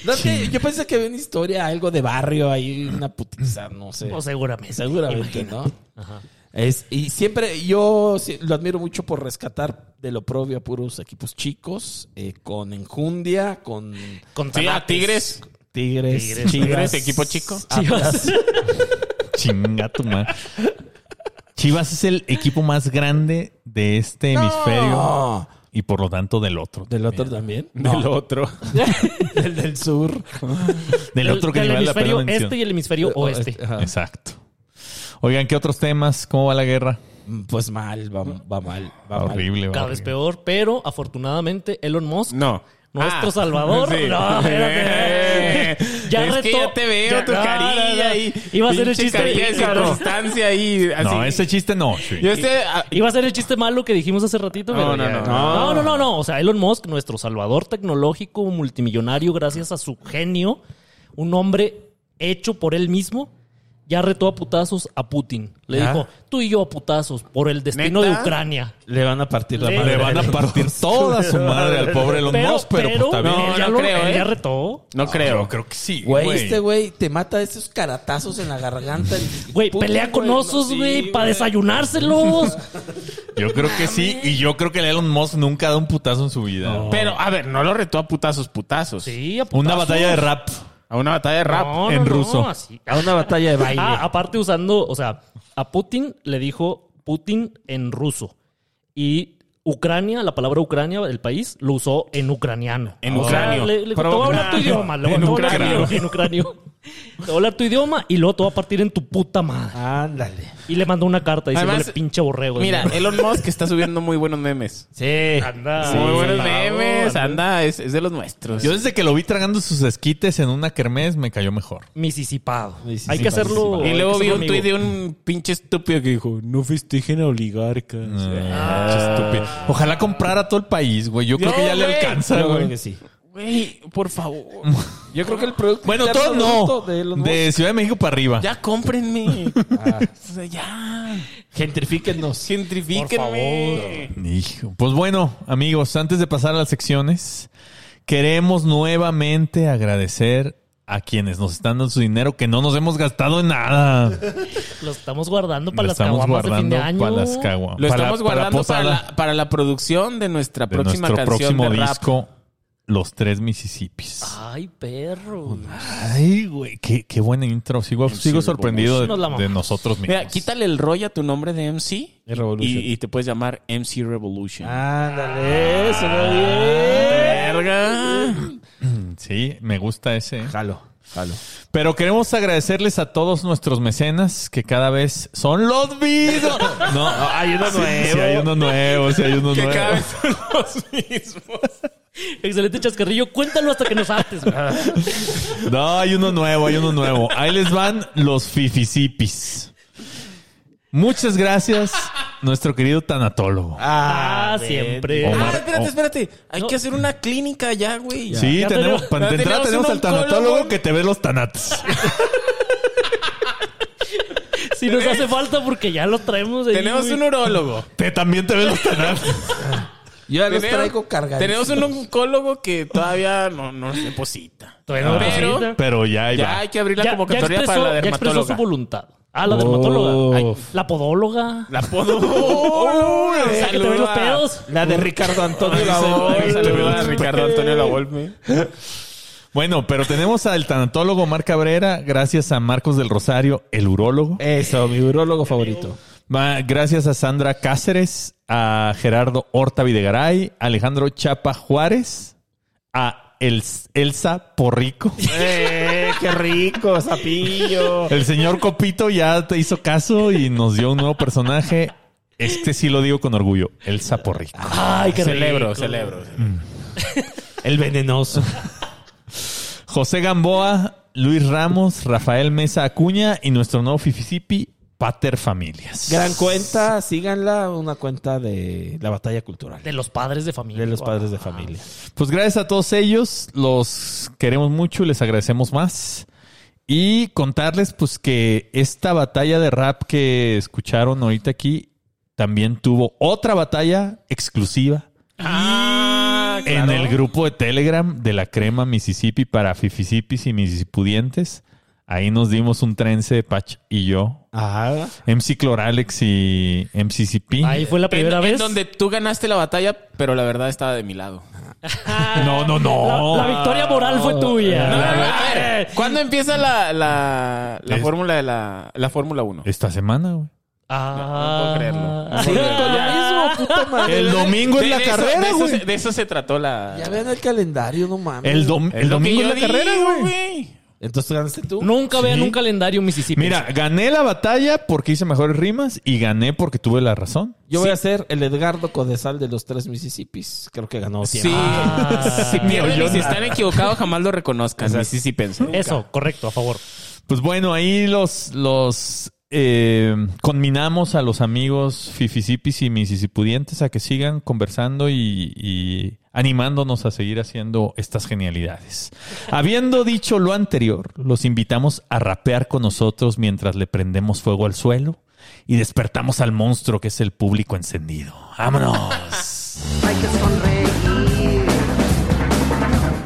No, es que yo pensé que había una historia, algo de barrio ahí, una putiza, no sé.
O Oh, seguramente.
Seguramente, ¿no?
Ajá.
Es, y siempre yo sí- lo admiro mucho por rescatar de lo propio a puros equipos chicos, eh, con enjundia, con
Con
Sí, a
tanates.
Tigres.
tigres,
Tigres,
Chivas, Ah, pues,
Tigres, equipo chico.
Chivas.
Chinga tu madre. Chivas es el equipo más grande de este hemisferio
No.
y por lo tanto del otro.
¿Del otro también?
Del otro.
Del del sur.
Del otro que
Del
le vale la pena
hemisferio
mención.
este y el hemisferio oeste.
Pues, Ajá.
Exacto. Oigan, ¿qué otros temas? ¿Cómo va la guerra?
Mm, Pues mal, va, va mal. Va mal.
horrible. va
Cada vez
horrible.
peor, pero afortunadamente Elon Musk
No.
Nuestro
Ah.
Salvador.
Sí.
No, espérate.
Eh,
Ya
es que
retó-
ya te veo
ya-
tu
no, no,
carilla
no.
ahí.
Iba a ser el
Pinche
chiste
carilla de
pícaro.
circunstancia ahí. Así.
No, ese chiste no. sí.
Yo este... ah,
Iba a ser el chiste malo que dijimos hace ratito, pero
no,
ya-
no,
Ah.
no, no, no, no. O sea, Elon Musk, nuestro salvador tecnológico multimillonario, gracias a su genio, un hombre hecho por él mismo, ya retó a putazos a Putin. Le
¿Ya?
dijo, tú y yo a putazos por el destino
¿Neta?
de Ucrania.
Le van a partir la
Le-
madre.
Le van a partir toda su madre al pobre Elon
Pero,
Musk, pero, pues, está
pero,
bien.
él
No,
ya
no
lo-
creo,
él
¿eh?
ya retó.
no creo.
Ah, Yo creo que sí,
Güey,
güey.
este güey te mata esos caratazos en la garganta.
Güey, pelea con osos, güey, para desayunárselos.
Yo creo que sí. Y yo creo que el Elon Musk nunca ha dado un putazo en su vida.
Pero, a ver, no lo retó a putazos, putazos.
sí, a
Una
putazos.
batalla de rap.
A una batalla de rap.
No,
en
no, no,
ruso.
así.
A una batalla de baile.
Ah, aparte usando, o sea, a Putin le dijo Putin en ruso. Y Ucrania, la palabra Ucrania, el país, lo usó en ucraniano.
En
O sea,
ucranio.
le- le- te voy a hablar tu
Provocando.
idioma. Le voy a
En
te voy a hablar tu
ucranio.
idioma, en ucranio. Te voy a hablar tu idioma y luego te voy a partir en tu puta madre.
ah, Ándale.
Y le mandó una carta diciéndole
Además,
pinche borrego.
Mira,
Digo,
Elon Musk está subiendo muy buenos memes.
Sí.
anda.
muy buenos
por favor,
memes, anda, es, es de los nuestros.
Ah, Yo desde que lo vi tragando sus esquites en una kermés me cayó mejor.
Misisipado.
Misisipado.
Hay que hacerlo.
y luego vi un
tweet
tuit de un pinche estúpido que dijo, no festejen a oligarcas.
Ah. Estúpido. Ojalá comprara todo el país, güey. Yo creo
No,
que ya le
güey.
alcanza,
Yo creo
güey.
que sí.
Güey, por favor.
Yo creo que el producto.
Bueno,
interno
todos
bruto
no.
de Elon Musk-
De Ciudad de México para arriba.
Ya cómprenme. O sea, ya.
Gentrifíquennos.
Gentrifíquenme.
Hijo. Pues bueno, amigos, antes de pasar a las secciones, queremos nuevamente agradecer a quienes nos están dando su dinero que no nos hemos gastado en nada.
Lo estamos guardando para
Lo
las
estamos
caguamas de fin de
guardando
año.
para las cagua-
Lo
para-
estamos
para
guardando para,
posada
la, para la producción de nuestra
de
próxima
nuestro
canción
próximo
de rap.
disco, Los Tres Mississippis.
Ay, perro.
Ay, güey, qué, qué buena intro. Sigo, sigo sorprendido
Nos la
de, de
mamamos.
nosotros mismos.
Mira, quítale el rollo a tu nombre de MC
Es Revolution.
y, y te puedes llamar MC Revolution.
Ah,
Ándale, se ve bien.
Verga.
Sí, me gusta ese. ¿eh?
Jalo, jalo.
Pero queremos agradecerles a todos nuestros mecenas que cada vez son los mismos. No, hay uno nuevo. Sí, hay uno nuevo, sí, hay uno nuevo.
son los mismos.
Excelente chascarrillo. Cuéntalo hasta que nos hartes. güey.
Ah,
No, hay uno nuevo, hay uno nuevo. Ahí les van los fifisipis. Muchas gracias, nuestro querido tanatólogo.
Ah, siempre.
Omar.
Ah, espérate, espérate. Hay que hacer una clínica ya, güey.
Sí,
Ya tenemos-
tenemos, para
ya
entrar
tenemos
tenemos
un
al tanatólogo
oncólogo.
que te ve los tanates.
Si nos hace falta porque ya lo traemos. ahí,
Tenemos
güey.
un urólogo.
Te también te ve los tanates.
Yo ya los
Tenemos-
traigo cargados.
Tenemos un oncólogo que todavía no, no nos deposita.
Todavía no lo
Pero-
presenta.
Ah, Pero ya ahí
Ya
va.
hay que abrir la
Ya- ya
convocatoria
expresó-
para la
ya expresó su
dermatóloga.
voluntad. Ah, la dermatóloga. Ay, la podóloga.
La podóloga.
O sea, que te ve los pedos.
La de Ricardo Antonio
Un saludo a
Labor.
Ricardo Antonio Lavolpe.
Bueno, pero tenemos al tanatólogo Mar Cabrera, gracias a Marcos del Rosario, el urólogo.
Eso, mi urólogo favorito.
Ma- Gracias a Sandra Cáceres, a Gerardo Horta Videgaray, Alejandro Chapa Juárez, a El- Elsa Porrico.
¡Eh, qué rico, sapillo!
El señor Copito ya te hizo caso y nos dio un nuevo personaje. Este sí lo digo con orgullo. El sapo rico.
Ay, qué
Celebro,
rico.
celebro.
El venenoso.
José Gamboa, Luis Ramos, Rafael Mesa Acuña y nuestro nuevo Fifisipi, Pater Familias.
Gran cuenta, síganla, una cuenta de la batalla cultural.
De Ah. los padres de familia.
De los padres de
Wow.
familia.
Pues gracias a todos ellos, los queremos mucho, les agradecemos más. Y contarles pues que esta batalla de rap que escucharon ahorita aquí también tuvo otra batalla exclusiva
Ah,
en el grupo de Telegram de la crema Mississippi para Fifisipis y Missipudientes. Ahí nos dimos un trence, Pach y yo.
Ajá.
MC Cloralex y MCCP.
Ahí fue la primera
en,
vez.
en donde tú ganaste la batalla, pero la verdad estaba de mi lado.
Oh, No, no, no.
La, la victoria moral fue tuya. Eh.
Ah,
No, no, no, a ver, ¿cuándo empieza la, la, la
eh. Es-
fórmula de la, la Fórmula 1?
Esta semana, güey.
no
Ah.
Ah.
puedo creerlo. No puedo
Sí,
creerlo.
con
Ya.
El domingo es la
eso,
carrera,
eso
güey.
se- de eso se trató la...
Ya vean el calendario, no mames.
El, dom- el
lo
domingo
que yo
es la carrera,
digo,
güey.
Entonces ganaste tú.
Nunca vean
Sí.
un calendario Mississippi.
Mira, gané la batalla porque hice mejores rimas y gané porque tuve la razón.
Yo voy a ser el Edgardo Codesal de los tres Mississippis. Creo que ganó
Sí.
siempre.
si pierden y
Millonada.
si están equivocados, jamás lo reconozcan. Sí, sí, pensé.
eso, correcto, a favor.
Pues bueno, ahí los, los eh, conminamos a los amigos Fifisipis y Misisipudientes a que sigan conversando y, y animándonos a seguir haciendo estas genialidades. Habiendo dicho lo anterior, los invitamos a rapear con nosotros mientras le prendemos fuego al suelo y despertamos al monstruo que es el público encendido. ¡Vámonos!
hay que sonreír.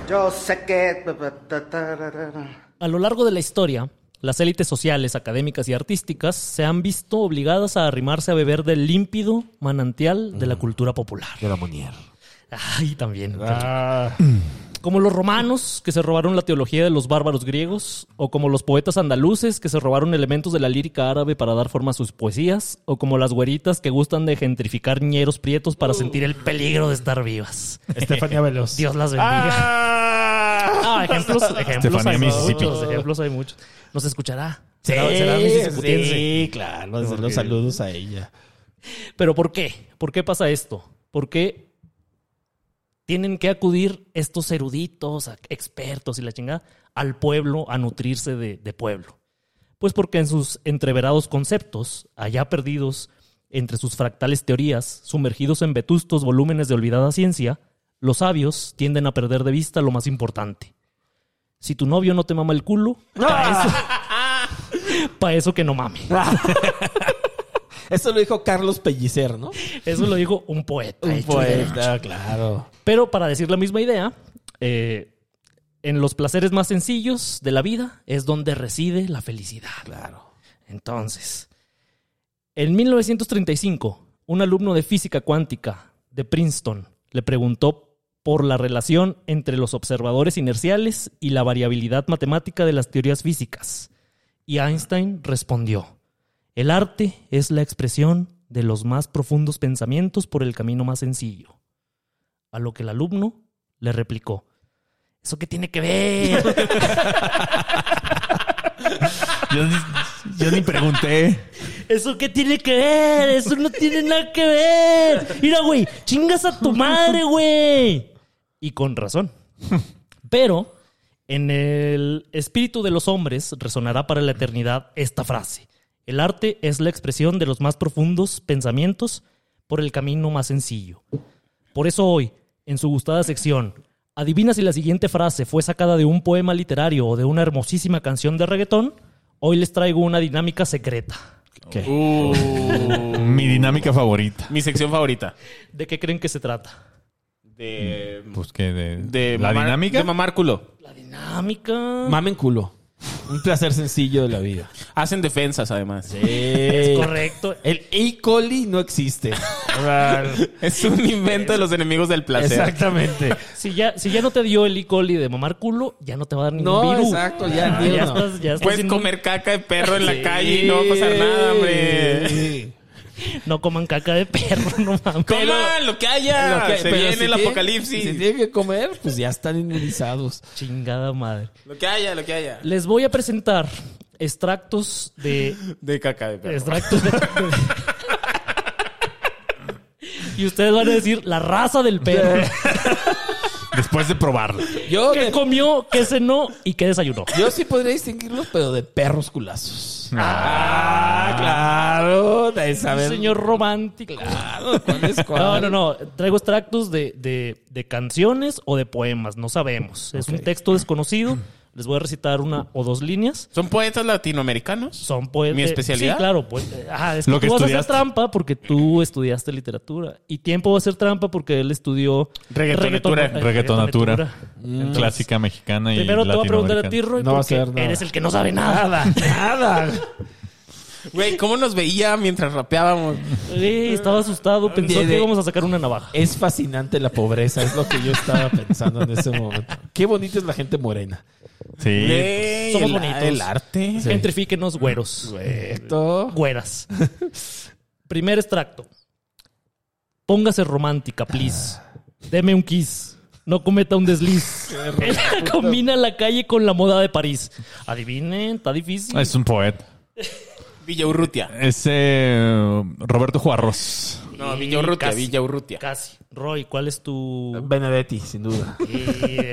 Yo sé que... ta-ta-ra-ra-ra.
A lo largo de la historia, las élites sociales, académicas y artísticas se han visto obligadas a arrimarse a beber del límpido manantial de la cultura popular.
De la Monier.
Ay, también.
Ah.
Como los romanos que se robaron la teología de los bárbaros griegos, o como los poetas andaluces que se robaron elementos de la lírica árabe para dar forma a sus poesías, o como las güeritas que gustan de gentrificar ñeros prietos para sentir el peligro de estar vivas.
Estefania Veloz.
Dios las bendiga. Ah, ejemplos, ejemplos
Estefanía
hay
Mississippi.
muchos, ejemplos hay muchos. Nos escuchará.
Sí,
Será- será Mississippiense.
sí, claro. desde Los saludos a ella.
Pero ¿por qué? ¿Por qué pasa esto? ¿Por qué tienen que acudir estos eruditos, a- expertos y la chingada, al pueblo a nutrirse de, de pueblo? Pues porque en sus entreverados conceptos, allá perdidos entre sus fractales teorías, sumergidos en vetustos volúmenes de olvidada ciencia, los sabios tienden a perder de vista lo más importante. Si tu novio no te mama el culo, para eso, pa' eso que no mame.
Eso lo dijo Carlos Pellicer, ¿no?
Eso lo dijo un poeta.
Un
hecho y derecho.
poeta, claro.
Pero para decir la misma idea, eh, en los placeres más sencillos de la vida es donde reside la felicidad.
Claro.
Entonces, en 1935, un alumno de física cuántica de Princeton le preguntó por la relación entre los observadores inerciales y la variabilidad matemática de las teorías físicas. Y Einstein respondió, el arte es la expresión de los más profundos pensamientos por el camino más sencillo. A lo que el alumno le replicó, ¿eso qué tiene que ver?
Yo, yo ni pregunté.
¿Eso qué tiene que ver? Eso no tiene nada que ver. Mira, güey, chingas a tu madre, güey. Y con razón. Pero en el espíritu de los hombres resonará para la eternidad esta frase. El arte es la expresión de los más profundos pensamientos por el camino más sencillo. Por eso hoy, en su gustada sección, adivina si la siguiente frase fue sacada de un poema literario o de una hermosísima canción de reggaetón, hoy les traigo una dinámica secreta.
Uh,
Mi dinámica favorita.
mi sección favorita.
¿De qué creen que se trata?
De...
Pues que de,
de
la
mamar-
dinámica.
De mamar culo.
La dinámica.
Mamen culo. Un placer sencillo de la vida. Eh,
Hacen defensas, además.
es correcto.
El E. coli no existe.
Es un invento de los enemigos del placer.
Exactamente.
Si ya, si ya no te dio el E. coli de mamar culo, ya no te va a dar ningún
No,
virus.
exacto, ya,
Ah, ya
no.
estás, ya estás
Pues
Puedes
inmune.
comer caca de perro en la calle y no va a pasar nada, hombre.
Sí.
No coman caca de perro, no mames.
Coman lo que haya.
Lo que-
Se
pero
viene
si
el
tiene-
apocalipsis.
Si tienen que comer, pues ya están inmunizados.
Chingada madre.
Lo que haya, lo que haya.
Les voy a presentar extractos de.
De caca de perro.
Extractos de. Y ustedes van a decir la raza del perro.
Después de probarlo.
Yo,
¿Qué
de-
comió? ¿Qué cenó? ¿Y qué desayunó?
yo sí podría distinguirlos, pero de perros culazos. Ah, claro. De saber.
Señor romántico.
Claro, ¿cuál es cuál?
No, no, no. Traigo extractos de, de- de canciones o de poemas. No sabemos. Es un texto desconocido. Les voy a recitar una o dos líneas.
¿Son poetas latinoamericanos?
Son poemas.
¿Mi especialidad?
Sí, claro. Pues, eh, ajá, es que
Lo que
tú vas a hacer
estudiaste.
trampa porque tú estudiaste literatura. Y tiempo va a hacer trampa porque él estudió.
Reggaetonatura.
reggaeton- eh,
Reggaetonatura.
Entonces,
Clásica mexicana y
Primero te voy a preguntar a ti,
latinoamericana.
Roy,
No va a
porque
ser nada.
eres el que no sabe nada.
Nada.
Güey, ¿cómo nos veía mientras rapeábamos?
Sí, estaba asustado. Pensó
Viene-
que íbamos a sacar una navaja.
Es fascinante la pobreza, es lo que yo estaba pensando en ese momento. Qué bonita es la gente morena.
Sí.
Güey,
Somos
el-
bonitos.
El arte.
Gentrifíquenos güeros.
Perfecto.
Güeras. Primer extracto. Póngase romántica, please. Deme un kiss. No cometa un desliz. Ella combina la calle con la moda de París. Adivinen, está difícil.
Ah, Es un poeta.
Villa Urrutia.
Es eh, Roberto Juarros.
No, Villa Urrutia,
Casi.
Villa Urrutia.
Casi. Roy, ¿cuál es tu...?
Benedetti, sin duda.
Sí,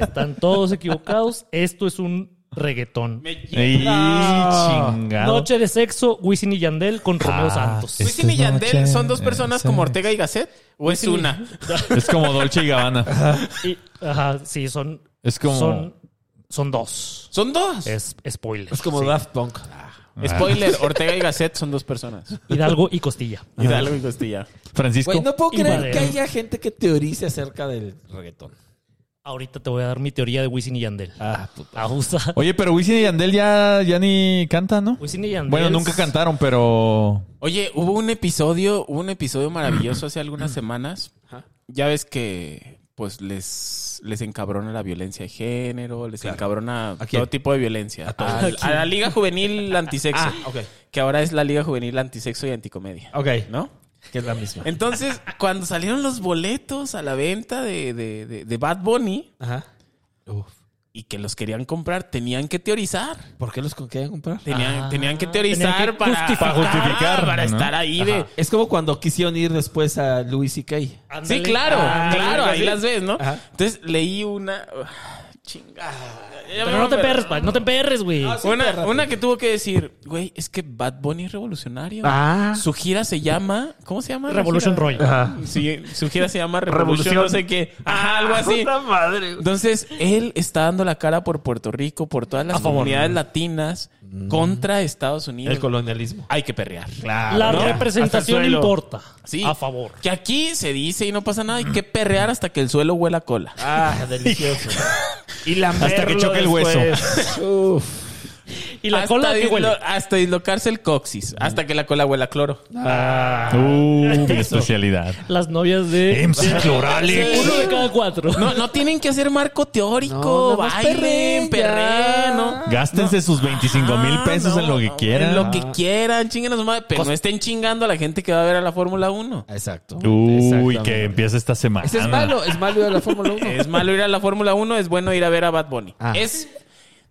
están todos equivocados. Esto es un reggaetón.
Y
Ah.
chingado.
Noche de sexo, Wisin y Yandel con Romeo Santos.
Ah, es-
Wisin y
Esta
Yandel
noche
son dos personas
se-
como Ortega y Gasset o
Pues
es una.
Es como Dolce y Gabbana.
Y- ajá, sí, son...
Es como-
Son, son dos.
Son dos.
Es spoiler.
Es como
Sí.
Daft Punk.
Spoiler, Ortega y Gasset son dos personas.
Hidalgo y Costilla.
Hidalgo y Costilla.
Francisco.
Güey, no puedo
Y
creer
Madero.
que haya gente que teorice acerca del reggaetón.
Ahorita te voy a dar mi teoría de Wisin y Yandel.
Ah, puta.
Abusa.
Oye, pero Wisin y Yandel ya, ya ni canta, ¿no?
Wisin y Yandel.
Bueno, nunca cantaron, pero.
Oye, hubo un episodio, hubo un episodio maravilloso hace algunas semanas. Ya ves que pues les, les encabrona la violencia de género, les encabrona
quién?
todo tipo de violencia. A, a la Liga Juvenil Antisexo.
Ah, ok.
Que ahora es la Liga Juvenil Antisexo y Anticomedia.
Ok.
¿No?
Que es la misma.
Entonces, cuando salieron los boletos a la venta de, de- de- de Bad Bunny
Ajá. Uf.
y que los querían comprar, tenían que teorizar.
¿Por qué los con qué comprar?
Tenían,
Ah.
tenían que
Tenían
teorizar
que
para,
justificar.
para
justificar,
para
¿no?
estar ahí de...
Es como cuando quisieron ir después a Louis C.K.
Sí, claro,
Ah,
claro, ahí las ves, ¿no?
Ajá.
Entonces leí una... Chingada. Ya
Pero
me-
no te perres, pa, no te perres, güey.
Ah,
Una, una que tuvo que decir, güey, es que Bad Bunny es revolucionario.
Ah.
Su gira se llama... ¿Cómo se llama? la
Revolution
gira?
Roy.
Sí, su gira se llama Revolución, no sé qué. Ajá, algo así. Entonces, él está dando la cara por Puerto Rico, por todas las comunidades latinas contra Estados Unidos.
El colonialismo.
Hay que perrear.
La
¿no?
representación
Ah, Hasta el suelo.
importa.
Sí.
A favor.
Que aquí se dice y no pasa nada. Hay que perrear hasta que el suelo huela a cola.
Ah, delicioso.
Y la
Hasta que choque el hueso.
Uf.
Y la
hasta
cola que
dislo-
huele.
Hasta dislocarse el coxis. Hasta que la cola huela a cloro.
Ah.
Uh, mi especialidad.
Las novias de.
MC Cloralex.
Uno de cada cuatro.
No, no tienen que hacer marco teórico.
No, nada más
bailen,
perreen,
perreen,
ya.
¿no?
Gástense sus 25 mil
Ah,
pesos
no,
en lo que
no,
quieran.
En lo que quieran, chinguen a su madre. Pero no estén chingando a la gente que va a ver a la Fórmula 1.
Exacto.
Uh, Uy,
Exactamente.
que empieza esta semana.
Ese es malo, es malo ir a la Fórmula 1.
Es malo ir a la Fórmula 1, es bueno ir a ver a Bad Bunny.
Ah.
Es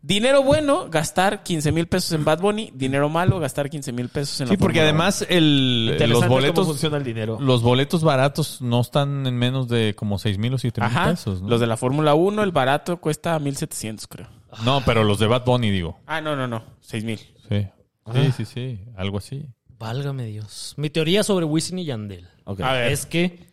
dinero bueno gastar 15 mil pesos en Bad Bunny, dinero malo gastar 15 mil pesos en la
Sí, porque
Fórmula
además el, los
cómo
boletos
funciona el dinero.
los boletos baratos no están en menos de como 6 mil o 7 mil
Ajá,
pesos. ¿no?
los de la Fórmula 1, el barato cuesta 1700, creo.
No, pero los de Bad Bunny, digo.
Ah, no, no, no, 6000.
Sí.
Ah.
Sí, sí, sí. Algo así.
Válgame Dios. Mi teoría sobre Wisin y Yandel
A ver.
es que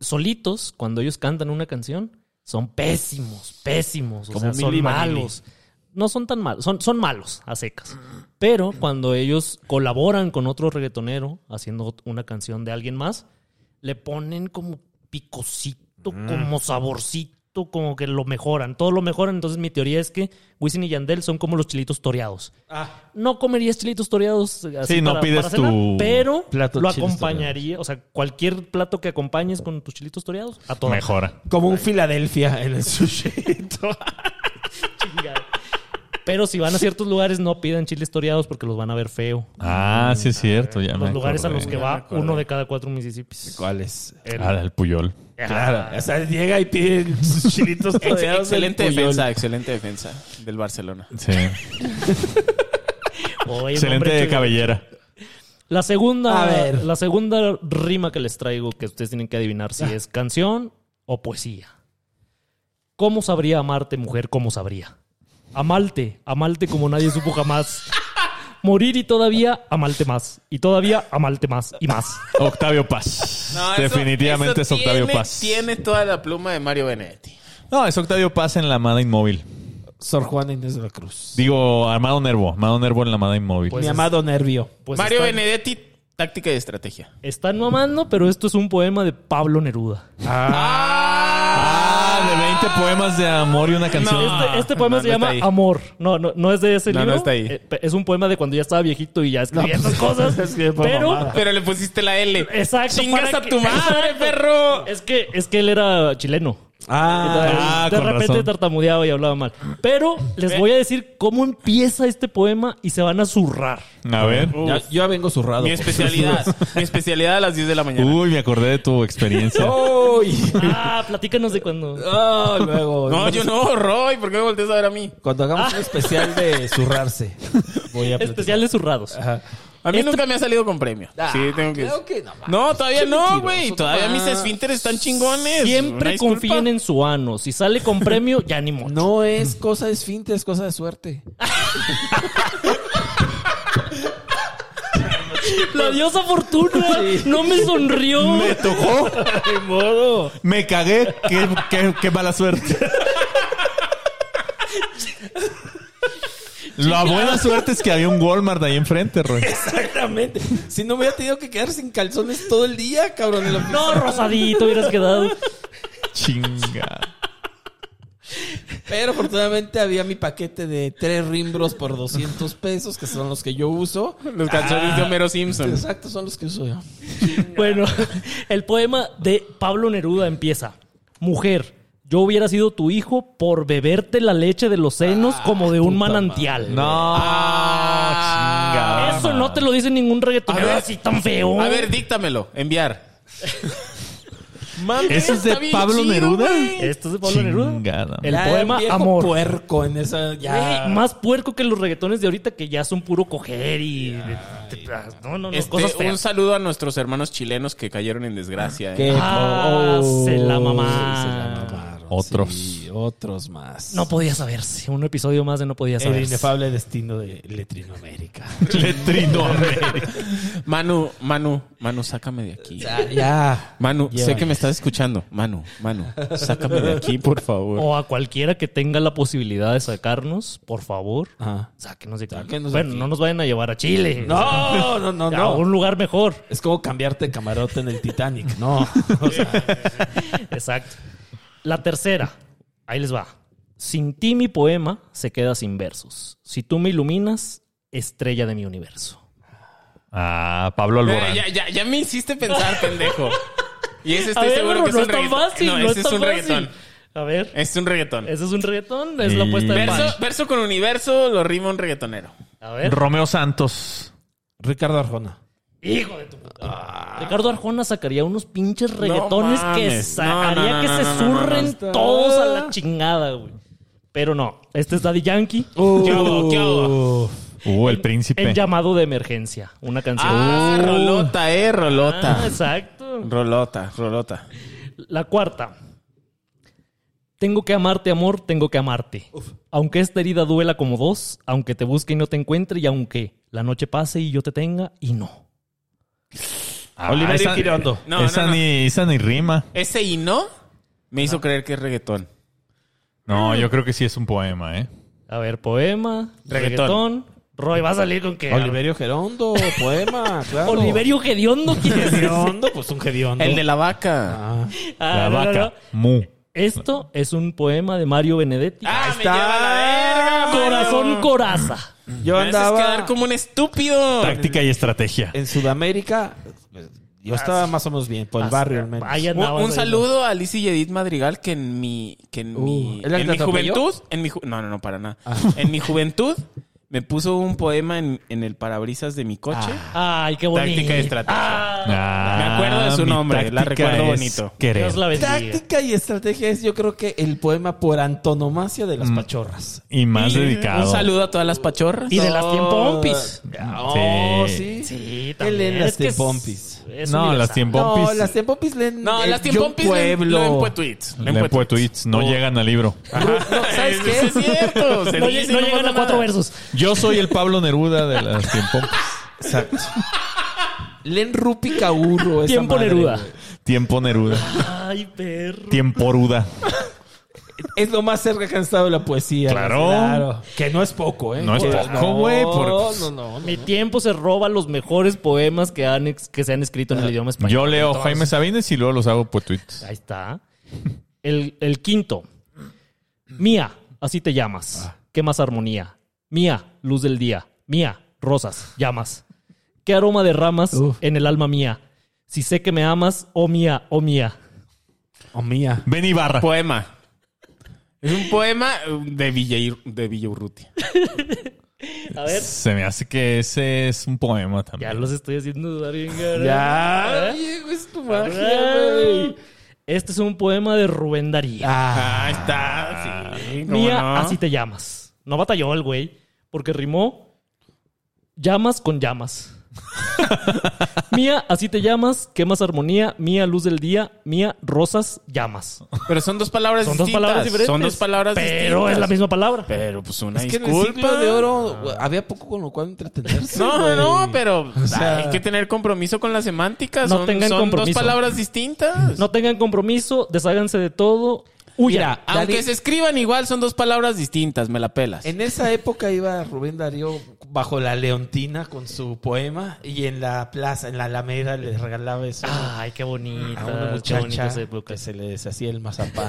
solitos, cuando ellos cantan una canción, son pésimos, pésimos. O
Como
sea, son
Milli Vanilli.
malos. No son tan malos, son, son malos a secas. Pero cuando ellos colaboran con otro reggaetonero haciendo una canción de alguien más, le ponen como picocito,
Mm.
como saborcito, como que lo mejoran, todo lo mejoran. Entonces mi teoría es que Wisin y Yandel son como los chilitos toreados.
Ah.
No comerías chilitos toreados así
Sí, no
para-
pides
para cenar,
tu
pero
plato
lo
de chiles
acompañaría, o sea, cualquier plato que acompañes con tus chilitos toreados, a todo.
Mejora.
Como un Filadelfia en el sushi.
Chingado. Pero si van a ciertos lugares no pidan chiles toreados porque los van a ver feo.
Ah, sí es cierto. Ya
los lugares a los que va uno de cada cuatro municipios.
¿Cuál es?
Ah, el Puyol.
Claro. O sea, llega y pide sus chilitos
Ex-
rodeados
excelente
del
defensa,
Puyol.
excelente defensa del Barcelona.
Sí.
Oye,
Excelente
hombre,
cabellera.
La segunda,
A ver.
la segunda rima que les traigo que ustedes tienen que adivinar
Ah.
si es canción o poesía. ¿Cómo sabría amarte, mujer? ¿Cómo sabría? Amalte, amalte como nadie supo jamás. Morir y todavía amalte más. Y todavía amalte más y más.
Octavio Paz.
No, eso-
Definitivamente
eso
es Octavio
tiene-
Paz.
Tiene toda la pluma de Mario Benedetti.
No, es Octavio Paz en la Amada Inmóvil.
Sor Juana Inés de la Cruz.
Digo, Amado Nervo. Amado Nervo en la Amada Inmóvil.
Mi amado nervio.
Pues
Mario
están,
Benedetti, táctica y estrategia.
están mamando, pero esto es un poema de Pablo Neruda.
Ah, de 20 poemas de amor y una canción.
Este, este poema
Ah, no,
se
no
llama
está ahí.
Amor. No, no, no es de ese
No, no
libro.
está ahí. pues,
Eh, pe- Es un poema de cuando ya estaba viejito y ya escribía esas cosas.
es que fue
pero
mamada.
Pero le pusiste la L.
Ah. Exacto,
Chingas
para
a
que-
tu madre,
Exacto.
perro.
es que es que él era chileno.
Ah,
de
con
repente
razón.
tartamudeaba y hablaba mal. Pero les voy a decir cómo empieza este poema y se van a zurrar.
A ver.
Uh, Ya- yo ya vengo zurrado.
Mi especialidad. mi especialidad a las 10 de la mañana.
Uy, me acordé de tu experiencia.
¡Uy!
Ah, platícanos de cuando.
Ah, luego.
no,
luego-
yo no, Roy. ¿Por qué me volteas a ver a mí?
Cuando hagamos un especial de zurrarse. Voy a platicar.
Especiales zurrados.
Ajá.
A mí nunca me ha salido con premio.
Ah,
sí, tengo que...
Creo que no. ma.
No, todavía no,
mentiroso,
güey. Todavía
no.
mis esfínteres están chingones. Una
Siempre
disculpa.
confíen en su ano. Si sale con premio, ya ni modo.
No es cosa de esfínter, es cosa de suerte.
La diosa fortuna no me sonrió.
Me tocó.
De modo.
Me cagué. Qué, qué- qué mala suerte. La buena suerte es que había un Walmart ahí enfrente, Roy.
Exactamente. Si no me hubiera tenido que quedar sin calzones todo el día, cabrón. en la oficina.
No, rosadito hubieras quedado.
Chinga.
Pero afortunadamente había mi paquete de tres rimbros por 200 pesos, que son los que yo uso.
Los canciones Ah, de Homero Simpson.
Exacto, son los que uso yo.
Bueno, el poema de Pablo Neruda empieza. Mujer, yo hubiera sido tu hijo por beberte la leche de los senos como de un manantial.
No. chinga.
Eso no te lo dice ningún reggaetonero
A ver.
así tan feo.
A ver, díctamelo. Enviar. Mami,
¿Eso es
está
de
bien
Pablo Neruda?
güey.
Esto es de Pablo Neruda.
Chingada.
El
Ya,
poema
viejo
Amor.
puerco en esa. Ya.
Güey, más puerco que los reggaetones de ahorita que ya son puro coger y... No, no, no,
Este,
cosas
un
feas.
saludos a nuestros hermanos chilenos que cayeron en desgracia.
Que-
¿eh?
Ah,
oh,
se la
mamaron,
mamaron.
Otros.
sí, otros más.
No podía saberse. Un episodio más de No podía
el
saberse.
inefable destino de Latinoamérica.
Manu, Manu, Manu, sácame de aquí.
ya.
Manu, sé
Llévales.
que me estás escuchando. Manu, Manu, sácame de aquí, por favor.
O a cualquiera que tenga la posibilidad de sacarnos, por favor,
Ajá.
sáquenos de aquí.
Sáquenos de
bueno,
aquí.
no nos vayan a llevar a Chile.
No, no, no,
a un
no.
lugar mejor.
Es como cambiarte de camarote en el Titanic. No. O sea,
Exacto. La tercera. Ahí les va. Sin ti mi poema se queda sin versos. Si tú me iluminas, estrella de mi universo.
Ah, Pablo Alborán.
Eh, ya, ya, ya me hiciste pensar, pendejo. Y ese
A
estoy
ver,
seguro
no,
que es
no
un
es tan
reggaetón.
fácil.
no,
No,
ese
es
es
tan
un
fácil. Eh,
reggaetón.
A ver,
Es un reggaetón.
ese es un reggaetón. Es la
Y-
apuesta de pan.
Verso, verso con universo lo rima un reggaetonero.
A ver.
Romeo Santos.
¿Eh? Ricardo Arjona.
Hijo de tu puta. Ah. Ricardo Arjona sacaría unos pinches reggaetones que
mames. No, no,
sacaría
no,
que
no,
se
no, no,
zurren
no,
todos a la chingada, güey. Pero no, este es Daddy Yankee.
¿Qué hago? ¿Qué hago?
Uh, el príncipe.
El llamado de emergencia. Una canción.
Ah,
Uh.
rolota, eh, rolota.
Ah, exacto.
Rolota, rolota.
La cuarta. Tengo que amarte, amor, tengo que amarte. Aunque esta herida duela como dos, aunque te busque y no te encuentre, y aunque la noche pase y yo te tenga, y no.
Ah,
Oliverio
esa-
Quirondo.
No,
esa,
no, no.
Ni, esa ni rima.
Ese y no me hizo creer que es reggaetón.
Ah.
No, yo creo que sí es un poema, ¿eh?
A ver, poema, reggaetón.
Reggaetón.
Roy va a salir con que.
Oliverio Gerondo, poema, claro.
Oliverio Gediondo, ¿quién es?
Gerondo, pues un Gediondo.
El de la vaca.
Ah.
Ah, no,
La
no,
vaca.
no.
Mu.
Esto es un poema de Mario Benedetti.
Ah,
está.
Corazón coraza.
Yo
Me haces
andaba
quedar como un estúpido.
Táctica y estrategia.
en Sudamérica. pues, Yo estaba más o menos bien, por el barrio al menos.
Ahí
Un,
andabas
un
ahí,
saludo a Liz y Edith Madrigal que en mi que en
Uh,
mi
¿él la
en mi
atropelló?
Ah.
juventud, en mi ju- no no no para nada. En mi juventud me puso un poema en, en el parabrisas de mi coche.
Ay, qué bonito.
Táctica y estrategia.
Ah,
me acuerdo de su
mi
nombre, la
táctica
recuerdo
es
bonito.
querer.
Dios la bendiga.
Táctica y estrategia es, yo creo que el poema por antonomasia de las pachorras.
Mm. Y más
Y
dedicado.
Un saludo a todas las pachorras.
Y de las tiempompis.
Pompis. Oh, sí.
Sí.
Sí,
¿Qué
también.
leen las
Es que es-
tiempompis?
es
No,
universal.
las tiempompis.
No, las tiempompis leen.
No,
eh,
las
John
tiempompis
Pueblo.
lo empue tweets. lo
Leen
empue
pues tweets,
Oh.
no llegan al libro.
No, ¿Sabes
Sí,
qué?
es cierto. se
No,
dice
lleg-
y
no
no
llegan
pasa
a cuatro
nada.
versos.
Yo soy el Pablo Neruda de las tiempompis.
Exacto. Leen Rupi Kaurro. esa
Tiempo
madre,
Neruda.
güey.
Tiempo Neruda.
Ay, perro.
Tiemporuda.
Es lo más cerca que han estado de la poesía.
Claro.
Que no es poco, ¿eh?
No es
Que-
poco, güey,
No,
porque-
no, no.
Mi tiempo se roba los mejores poemas que, han ex- que se han escrito en el idioma español.
Yo leo Jaime Sabines y luego los hago por tweets.
Ahí está. El, el quinto. Mía, así te llamas. ¿Qué más armonía? Mía, luz del día. Mía, rosas, llamas. ¿Qué aroma de ramas en el alma mía? Si sé que me amas, oh mía, oh mía.
Oh, mía.
Ben Ibarra.
Poema. Es un poema eh, de Villa, de Villaurrutia.
A ver.
Se me hace que ese es un poema
Ya
también.
los estoy haciendo dudar bien, cabrón.
Ya.
¿Eh?
Diego, es tu
Ay.
magia, güey.
Este es un poema de Rubén Darío.
Ah, está. Sí, ¿cómo
Mía,
no?
así te llamas. No batalló el güey, porque rimó llamas con llamas. Mía, así te llamas, qué más armonía, mía, luz del día, mía, rosas, llamas.
Pero son dos palabras
Son dos
distintas.
palabras diferentes.
Son dos palabras
Pero
distintas.
es la misma palabra.
Pero pues una
Es que en el
disculpa.
siglo de oro güey, había poco con lo cual entretenerse.
No,
güey.
no, pero
sea-
hay que tener compromiso con la semántica.
No
son
tengan
son
compromiso.
dos palabras distintas.
No tengan compromiso, desháganse de todo, huyan.
Mira,
Aunque
Dani-
se escriban igual, son dos palabras distintas. Me la pelas.
En esa época iba Rubén Darío bajo la leontina con su poema y en la plaza, en la alameda, le regalaba eso
Ay, qué bonita,
Ah,
a una
qué
muchacha
bonitas
que
épocas.
se le deshacía el mazapán.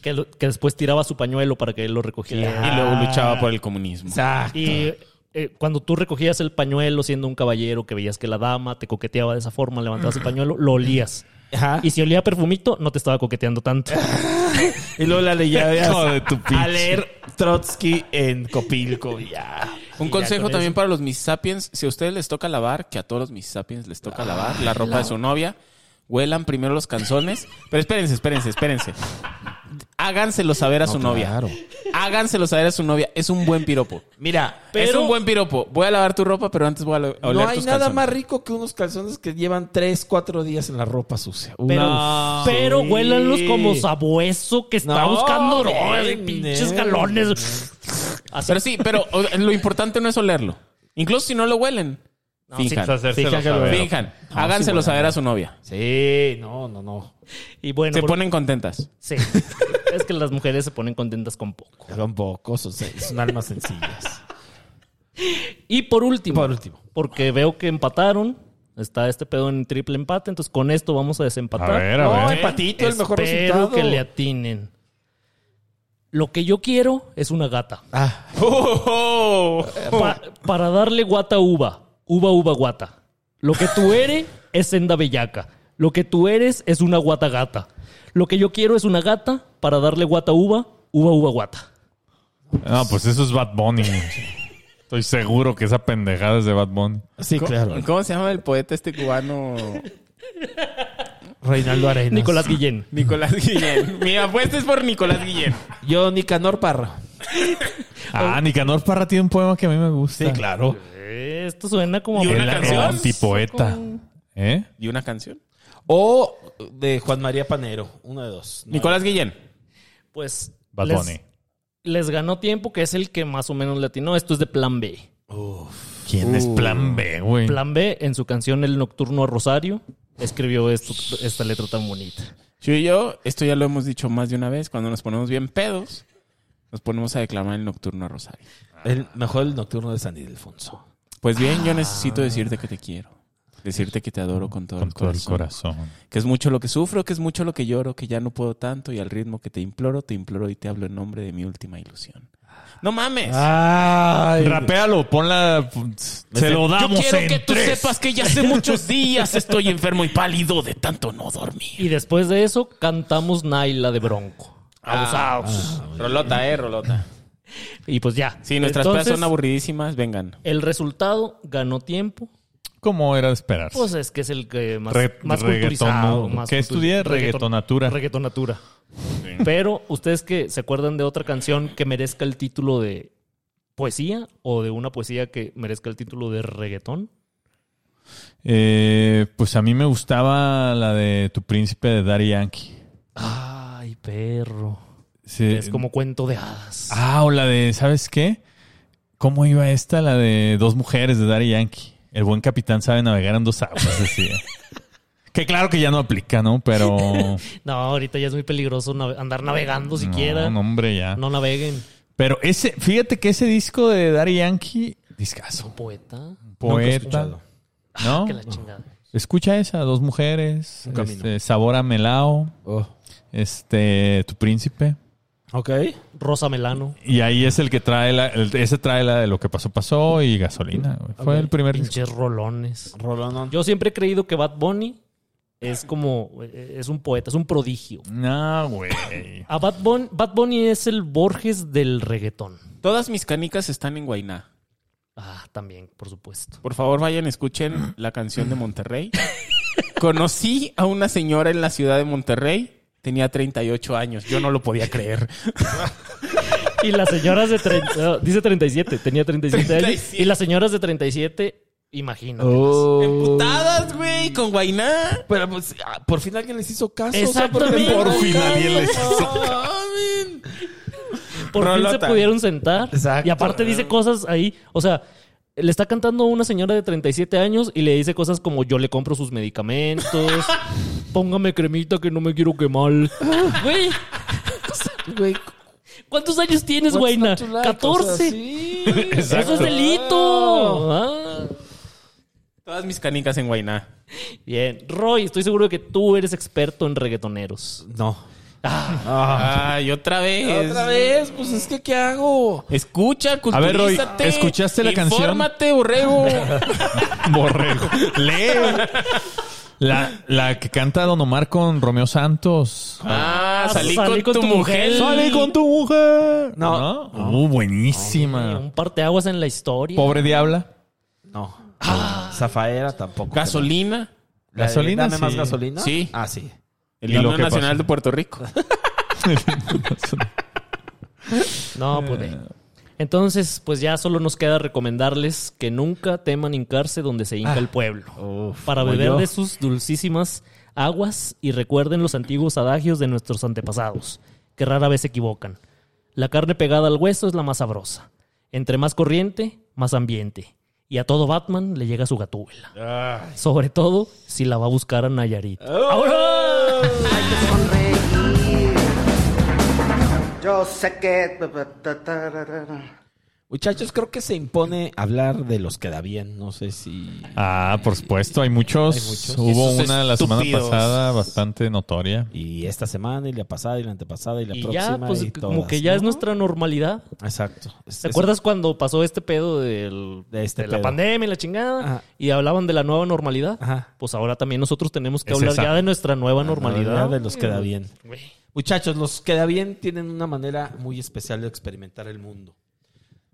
Que, lo- que después tiraba su pañuelo para que él lo recogiera.
Y luego luchaba por el comunismo.
Exacto.
Y eh, cuando tú recogías el pañuelo siendo un caballero que veías que la dama te coqueteaba de esa forma, levantabas el pañuelo, lo olías.
Ajá.
Y si olía a perfumito, no te estaba coqueteando tanto.
Y luego la leía
Hijo de tu
a
pinche.
leer Trotsky en Copilco. y Ya.
Un consejo también para los Miss Sapiens. Si a ustedes les toca lavar, que a todos los Miss Sapiens les toca lavar la ropa de su novia, huelan primero los canzones. Pero espérense, espérense, espérense. Háganselo saber a su novia. Háganselo saber a su novia. Es un buen piropo.
Mira,
es
Pero-
un buen piropo. Voy a lavar tu ropa, pero antes voy a lo- a oler
no hay
tus
nada
calzones.
más rico que unos calzones que llevan 3, 4 días en la ropa sucia.
Pero,
Uf.
pero
Sí.
huélanlos como sabueso que está
No,
buscando droga de
ven,
pinches
ven.
galones.
Pero sí, pero o, lo importante no es olerlo. Incluso si no lo huelen. finjan.
Fíjate que lo veo.
finjan. Háganselo saber a su novia.
Sí, no, no, no.
Y bueno,
Se
por-
ponen contentas.
sí. es que las mujeres se ponen contentas con poco.
Tampoco, son, son almas sencillas.
Y por último,
Por último.
porque veo que empataron, está este pedo en triple empate, entonces con esto vamos a
A
desempatar.
ver, a
No,
ver.
empatito, el mejor
Espero
resultado.
que le atinen. Lo que yo quiero es una gata.
Ah.
Oh, Pa- para darle guata uva. Uva, uva, guata. Lo que tú eres es senda bellaca. Lo que tú eres es una guata gata. Lo que yo quiero es una gata para darle guata uva. Uva, uva, guata.
Ah,
No, pues eso es Bad Bunny. Estoy seguro que esa pendejada es de Bad Bunny.
Sí, claro.
¿Cómo se llama el poeta este cubano?
Reinaldo Arenas.
Nicolás Guillén.
Nicolás Guillén. Mi apuesta es por Nicolás Guillén.
Yo, Nicanor Parra.
Ah, Nicanor Parra tiene un poema que a mí me gusta.
claro.
Esto suena como...
¿Y una
El, el
canción?
antipoeta. ¿Eh?
¿Y una canción?
O de Juan María Panero. Una de dos. No.
Nicolás Guillén.
Pues...
Bad
les-
Bunny.
Les ganó tiempo, que es el que más o menos le atinó. Esto es de Plan B.
¿Quién es Plan B, güey?
Plan B, en su canción El Nocturno a Rosario, escribió esto- esta letra tan bonita.
Yo y yo, esto ya lo hemos dicho más de una vez, cuando nos ponemos bien pedos, nos ponemos a declamar el nocturno a Rosario.
Uh, El mejor el nocturno de San Ildefonso.
Pues bien, yo necesito decirte que te quiero. Decirte que te adoro con todo,
Ah. Con
el,
todo
corazón,
el corazón.
Que es mucho lo que sufro, que es mucho lo que lloro, que ya no puedo tanto y al ritmo que te imploro, te imploro y te hablo en nombre de mi última ilusión. ¡No mames!
Ah,
Ay.
Rapéalo, ponla. Se lo
Yo
damos
quiero
en
que tú
tres.
sepas que ya hace muchos días estoy enfermo y pálido de tanto no dormir.
Y después
Ah,
de eso cantamos Naila de Bronco. Abusados.
Rolota, eh, Rolota.
Y pues ya.
Sí, nuestras
Entonces,
pruebas son aburridísimas, vengan.
El resultado ganó tiempo.
¿Cómo era de esperarse?
Pues es que es el que más,
Re-
más
reggaetón,
culturizado.
¿no?
Más
¿Qué
cultu-
estudié?
reggaetón-
Reggaetonatura.
Reggaetonatura. Pero, ¿ustedes que se acuerdan de otra canción que merezca el título de poesía? ¿O de una poesía que merezca el título de reggaetón?
Eh, pues a mí me gustaba la de Tu Príncipe de Daddy Yankee.
Ay, perro.
Sí.
es como cuento de hadas.
Eh, Ah, o la de, ¿sabes qué? ¿Cómo iba esta? La de dos mujeres de Daddy Yankee. El buen capitán sabe navegar en dos aguas, decía. que claro que ya no aplica, ¿no? Pero...
No, ahorita ya es muy peligroso nave- andar navegando siquiera.
No, no,
No,
hombre, ya.
naveguen.
Pero ese, fíjate que ese disco de Daddy Yankee, discazo.
Poeta.
Poeta. ¿No?
Ah, Que la chingada.
Escucha esa, dos mujeres, este, sabor a melao,
Oh.
este, tu príncipe.
Ok.
Rosa Melano.
Y ahí es el que trae la, el- ese trae la de lo que pasó, pasó y gasolina. güey. Fue el primer disco.
Pinches rolones.
Rolón.
Yo siempre he creído que Bad Bunny es como. eh, Es un poeta, es un prodigio.
No, güey.
A Bad, Bun- Bad Bunny es el Borges del reggaetón.
Todas mis canicas están en Guainá.
Ah, también, por supuesto.
Por favor, vayan, escuchen la canción de Monterrey. Conocí a una señora en la ciudad de Monterrey. Tenía 38 años. Yo no lo podía creer.
Y las señoras de 30, no, dice 37, tenía 37, años.
37.
Y las señoras de 37, imagínate. Oh.
Emputadas, güey, con Guainá.
Pero pues, ah, por fin alguien les hizo caso.
Exactamente.
por
fin alguien les Por fin se
Rolota.
pudieron sentar.
Exacto.
Y aparte dice cosas ahí. O sea, le está cantando a una señora de 37 años y le dice cosas como yo le compro sus medicamentos. Póngame cremita que no me quiero quemar. Güey,
güey.
¿cuántos años tienes,
what's
güeyna?
not to like?
14.
O sea, sí.
Eso es delito. Ah.
Todas mis canicas en Guainá.
Bien. Roy, estoy seguro de que tú eres experto en reggaetoneros.
No.
Ah.
Ay, otra vez.
Otra vez, pues es que ¿qué hago?
Escucha, culturízate.
Roy, ¿escuchaste la canción?
Infórmate, borrego.
Borrego. Lee. La, la que canta Don Omar con Romeo Santos.
Ah, salí,
salí
con, tu, mujer.
Sale con tu mujer.
No.
No. Uh, buenísima.
Un parteaguas en la historia.
Pobre diabla.
No.
Ah.
Zafaera tampoco.
Gasolina.
La de
Gasolina,
Dame más
sí.
gasolina.
Sí.
Ah, sí.
El
¿Y lo
himno
que
nacional
pasó?
de Puerto Rico.
Eh.
No, pues ve. Entonces, pues ya solo nos queda recomendarles que nunca teman hincarse donde se
Ah.
hinca el pueblo. para beber de sus dulcísimas aguas y recuerden los antiguos adagios de nuestros antepasados, que rara vez se equivocan. La carne pegada al hueso es la más sabrosa. Entre más corriente, más ambiente. Y a todo Batman le llega su gatúbela. Sobre todo si la va a buscar a Nayarit.
Ah,
sonreír. Yo sé que. ta, ta, tararara.
Muchachos, creo que se impone hablar de los que da bien. No sé si.
Ah, por supuesto, hay muchos. Hubo
Esos
una la semana
estúpidos.
pasada bastante notoria.
Y esta semana, y la pasada, y la antepasada, y la
Y
próxima.
ya, pues
y
como
todas,
que ya es
¿no?
nuestra normalidad.
Exacto. Es-
¿Te
es-
acuerdas cuando pasó este pedo del-
De este
de la
pedo.
pandemia y la chingada?
Ajá.
Y hablaban de la nueva normalidad.
Ajá.
Pues ahora también nosotros tenemos que
Es
hablar
esa.
ya de nuestra nueva normalidad.
normalidad de los que da bien. Muchachos, los que da bien tienen una manera muy especial de experimentar el mundo.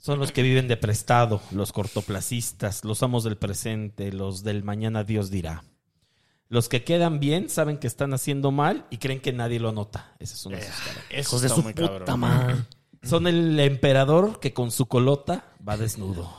Son los que viven de prestado, los cortoplacistas, los amos del presente, los del mañana Dios dirá. Los que quedan bien saben que están haciendo mal y creen que nadie lo nota. Ese es uno de sus caras.
Eso
Hijos de
está
su
muy
puta
cabrón.
madre.
Son el emperador que con su colota va desnudo.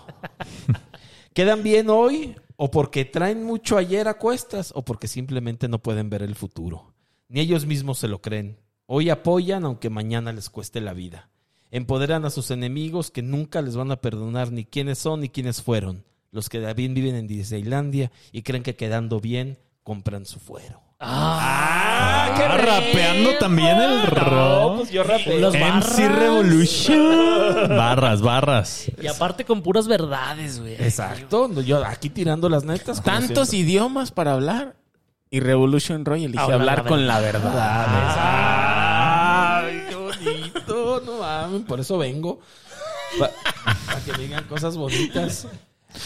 quedan bien hoy o porque traen mucho ayer a cuestas o porque simplemente no pueden ver el futuro. Ni ellos mismos se lo creen. Hoy apoyan aunque mañana les cueste la vida. Empoderan a sus enemigos que nunca les van a perdonar ni quiénes son ni quiénes fueron. Los que David viven en Disneylandia y creen que quedando bien compran su fuero.
Ah, rapeando también el rock.
yo rapeo.
pues Los barras.
MC Revolution. Barras, barras.
Y aparte con puras verdades, güey.
Exacto, no, yo aquí tirando las netas. como
Tantos idiomas para hablar. Y Revolution Roy elige
Hablar
hablar
la
con la verdad.
Ah.
Ay, qué bonito, no mames, por eso vengo. Para que digan cosas bonitas.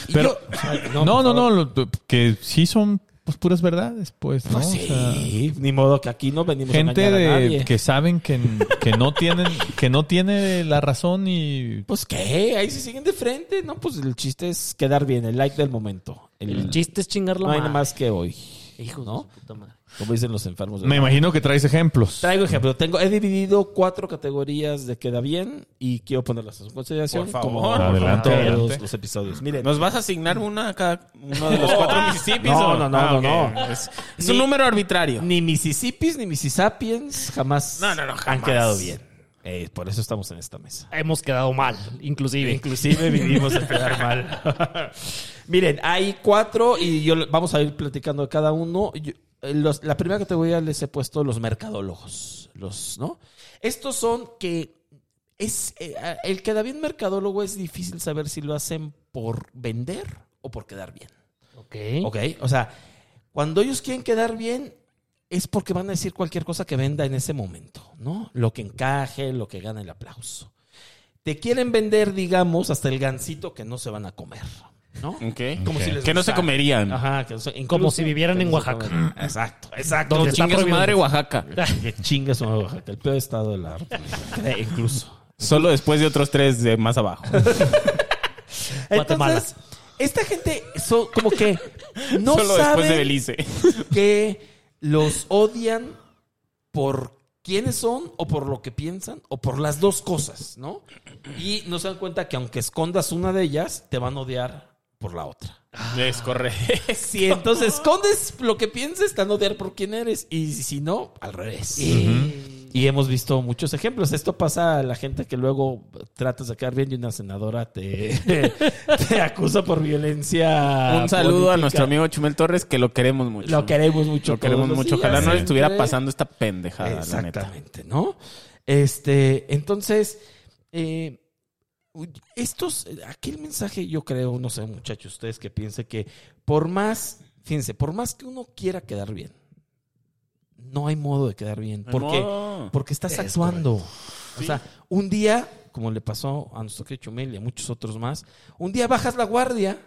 Y
Pero-
yo- Ay,
No,
por
no, no.
favor.
lo- que sí son
pues puras verdades, pues, ¿no?
Pues
O sea,
sí, ni modo que aquí no venimos a
gente
engañar a
de
nadie.
que saben que, que no tienen que no tiene la razón y
Pues qué, ahí se siguen de frente. No, pues el chiste es quedar bien, el like del momento. El,
El chiste es chingar la
no hay nada
madre.
más que hoy,
Hijo
¿no?
de su puta madre.
como dicen los enfermos. de
Me
la-
imagino que traes ejemplos.
Traigo ejemplo. Tengo, he dividido cuatro categorías de queda bien y quiero ponerlas a su consideración.
Por favor,
como
por
Adelante,
todos
adelante.
los episodios. Miren,
¿Nos vas a asignar una a cada uno de los cuatro Mississippis?
No,
o- Ah,
no, no, no,
ok.
no.
Es, es un número arbitrario.
ni Mississippis ni Mississappiens jamás,
No, no, no, jamás.
han quedado bien. Eh, por eso estamos en esta mesa.
Hemos quedado mal, inclusive.
Inclusive vivimos a quedar mal. Miren, hay cuatro y yo vamos a ir platicando de cada uno. Yo- eh, los- la primera categoría les he puesto los mercadólogos, los, ¿no? Estos son que es eh, a- el que da bien mercadólogo es difícil saber si lo hacen por vender o por quedar bien.
Ok.
¿Ok? O sea, cuando ellos quieren quedar bien, es porque van a decir cualquier cosa que venda en ese momento, ¿no? Lo que encaje, lo que gane el aplauso. Te quieren vender, digamos, hasta el gancito que no se van a comer, ¿no?
Ok.
Como si les
Que no se
gustara. Ah.
comerían.
Ajá, que no se-
Como
incluso
si vivieran
que
en
no se
Oaxaca.
comen. Exacto, exacto.
Donde
Chingue su
prohibido.
madre Oaxaca.
Que chingue su madre Oaxaca, el peor estado de la República, eh, incluso.
Solo después de otros tres de más abajo.
Guatemala.
Entonces, esta gente, so- como que no
Solo
sabe
después de Belice.
que los odian por quiénes son o por lo que piensan o por las dos cosas, ¿no? Y no se dan cuenta que aunque escondas una de ellas, te van a odiar por la otra.
Es correcto.
Si entonces escondes lo que pienses, te van a odiar por quién eres. Y si no, al revés. Y hemos visto muchos ejemplos. Esto pasa a la gente que luego tratas de quedar bien y una senadora te, te acusa por violencia.
Un saludo a
política.
nuestro amigo Chumel Torres, que lo queremos mucho.
Lo queremos mucho.
Lo queremos
todos.
mucho.
Sí,
Ojalá
ya
no
sé.
le estuviera
Cree-
pasando esta pendejada, la neta.
Exactamente, ¿no? Este, entonces, eh, uy, estos, aquel mensaje, yo creo, no sé, muchachos, ustedes que piensen que por más, fíjense, por más que uno quiera quedar bien, no hay modo de quedar bien. ¿Por qué?
No.
Porque estás actuando. O sea, un día, como le pasó a nuestro querido Chumel y a muchos otros más, un día bajas la guardia,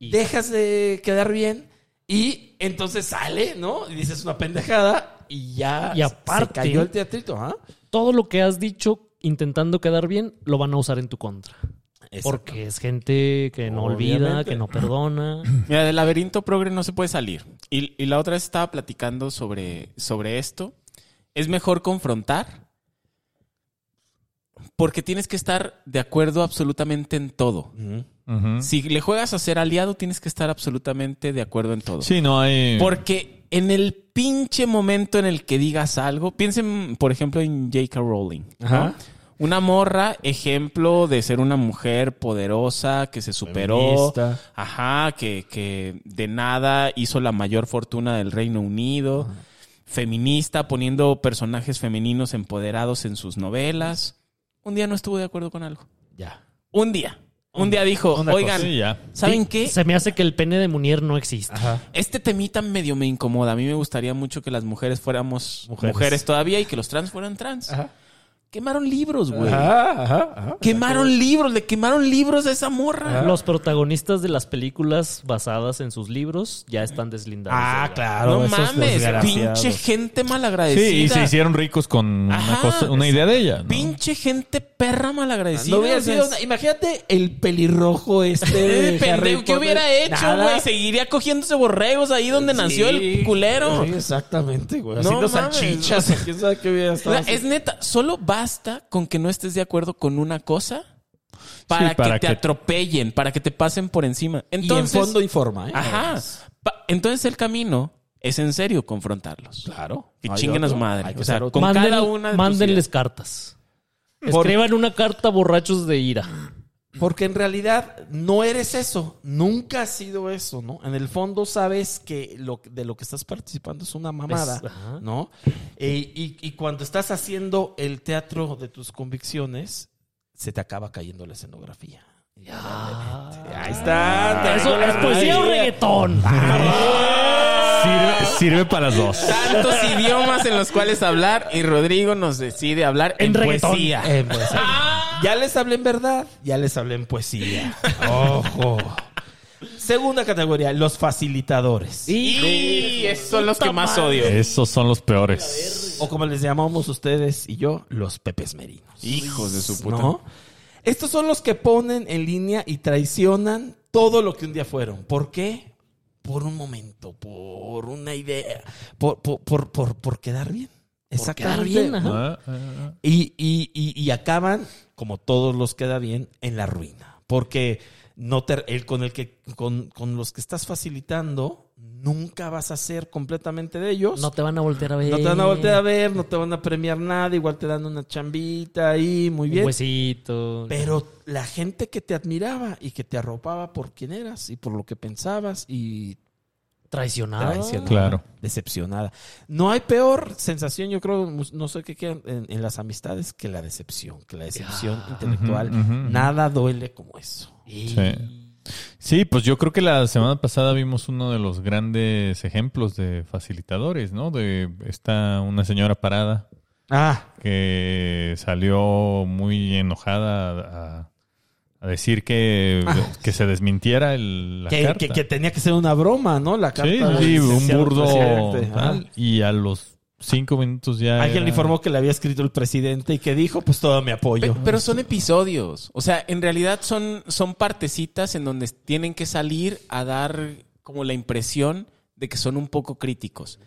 dejas de quedar bien y entonces sale, ¿no? Y dices una pendejada y ya
Y aparte-
se cayó el teatrito, ¿ah?
Todo lo que has dicho intentando quedar bien, lo van a usar en tu contra. Porque es gente que no olvida,
Obviamente.
que no perdona.
Mira, del laberinto progre no se puede salir. Y, y la otra vez estaba platicando sobre, sobre esto. Es mejor confrontar porque tienes que estar de acuerdo absolutamente en todo.
Ujú.
Ujú.
Si le juegas a ser aliado, tienes que estar absolutamente de acuerdo en todo.
sí, no
Mm.
hay
Porque en el pinche momento en el que digas algo, piensen, por ejemplo, en J.K. Rowling. ¿no?
Ajá.
Una morra, ejemplo de ser una mujer poderosa que se superó.
Feminista.
Ajá, que, que de nada hizo la mayor fortuna del Reino Unido. Feminista, poniendo personajes femeninos empoderados en sus novelas. Un día no estuvo de acuerdo con algo.
Ya.
Un día. Un día dijo,
una
oigan,
cosilla.
¿saben
Sí,
qué?
Se me hace que el pene de Munier no existe.
Este temita medio me incomoda. A mí me gustaría mucho que las mujeres fuéramos mujeres,
Mujeres.
todavía y que los trans fueran trans.
Ajá.
Quemaron libros, güey.
Ajá, ajá, ajá.
Quemaron libros, le quemaron libros a esa morra.
Los protagonistas de las películas basadas en sus libros ya están deslindados.
Ah,
de la-
claro.
no
esos
mames,
desgraciados.
pinche gente
Sí,
malagradecida.
y se hicieron ricos con una,
eh, Ajá.
cosa- una idea de ella. ¿no?
Pinche gente perra malagradecida.
No hubiera
o sea,
sido
es-
una- imagínate el pelirrojo
Eh,
este. de Harry
pendejo, ¿qué
Potter.
hubiera hecho,
Nada.
güey? Seguiría cogiéndose borregos ahí donde nació el culero.
Sí, exactamente, güey.
No
Haciendo
mames.
salchichas. ¿Quién sabe qué hubiera
O
estado
sea, es neta, solo basta con que no estés de acuerdo con una cosa para,
Sí, para
que te
que-
atropellen, para que te pasen por encima. Entonces,
y en fondo y forma, ¿eh?
ajá. Pa- entonces el camino es en serio confrontarlos.
Claro.
Que
No hay
chinguen a su
otro.
madre.
Hay que
O sea,
ser otro.
con
Mándenle-
cada una de tus
mándenles
ideas.
cartas.
Por-
Escriban una carta borrachos de ira.
Porque en realidad no eres eso. Nunca has sido eso, ¿no? En el fondo sabes que lo, de lo que estás participando es una mamada,
Es- ajá.
¿no? Eh, y, y cuando estás haciendo el teatro de tus convicciones, se te acaba cayendo la escenografía. Ahí está. te
Eso
digo
es
la
poesía o
realidad.
reggaetón.
Ah,
Sirve, sirve para las dos.
Tantos idiomas en los cuales hablar y Rodrigo nos decide hablar en,
En reggaetón.
poesía. Ah.
Eh, pues, ya les hablé en verdad, ya les hablé en poesía. Ojo. Segunda categoría, los facilitadores.
Y esos son los que más odio.
Esos son los peores.
O como les llamamos ustedes y yo, los pepes merinos.
Hijos de su puta.
¿No? Estos son los que ponen en línea y traicionan todo lo que un día fueron. ¿Por qué? Por un momento, por una idea, por, por, por, por, por quedar bien. Exactamente.
bien, ajá.
Ah, ah, ah.
Y, y- y- y acaban, como todos los queda bien, en la ruina. Porque no te- el con, el que, con, con los que estás facilitando, nunca vas a ser completamente de ellos.
No te van a voltear a ver.
No te van a voltear a ver, no te van a premiar nada, igual te dan una chambita ahí, muy
Un
bien.
huesito.
Pero la gente que te admiraba y que te arropaba por quien eras y por lo que pensabas y
Traicionado.
Traicionado.
Claro.
decepcionada. No hay peor sensación, yo creo, mus- no sé qué queda en, en las amistades que la decepción, que la decepción intelectual.
Ah, ujú, ujú.
Nada duele como eso.
Y-
Sí. Sí, pues yo creo que la semana pasada vimos uno de los grandes ejemplos de facilitadores, ¿no? De esta una señora parada
Ah,
que salió muy enojada a, a decir que, que se desmintiera el, la
Ah. que,
carta.
que- que tenía que ser una broma, ¿no? La carta
sí,
del
sí, un
licenciado
burdo
presidente. Ajá.
tal, y a los cinco minutos ya
Alguien
era-
le informó que le había escrito el presidente y que dijo, pues todo mi apoyo.
Pe- Pero son episodios. O sea, en realidad son, son partecitas en donde tienen que salir a dar como la impresión de que son un poco críticos.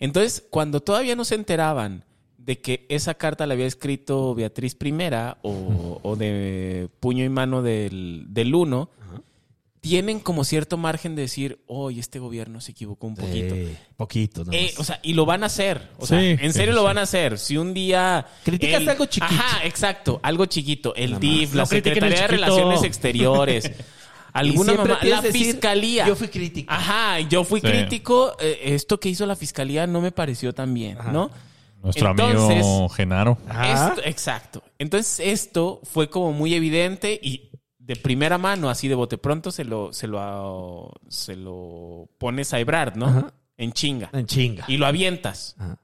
Entonces, cuando todavía no se enteraban de que esa carta la había escrito Beatriz I o, o de puño y mano del, del uno, tienen como cierto margen de decir, hoy este gobierno se equivocó un poquito.
Eh, poquito, ¿no?
Eh, o sea, y lo van a hacer. O
Sí,
sea, en serio
sí,
lo
sí.
van a hacer. Si un día.
Criticas algo chiquito.
Ajá, exacto. Algo chiquito. El DIF, la
No critiquen el
Secretaría de
chiquito.
Relaciones Exteriores. Alguna
siempre
mamá. La
quieres decir,
fiscalía.
Yo fui crítico.
Ajá, yo fui
Sí.
crítico. eh, esto que hizo la fiscalía no me pareció tan bien, ¿no?
nuestro amigo
Entonces-
Genaro
Ajá.
Esto- exacto. Entonces, esto fue como muy evidente y de primera mano, así de bote pronto, se lo, se lo, se lo pones a Ebrard, ¿no?
Ajá.
En chinga.
En chinga.
Y lo avientas.
Ajá.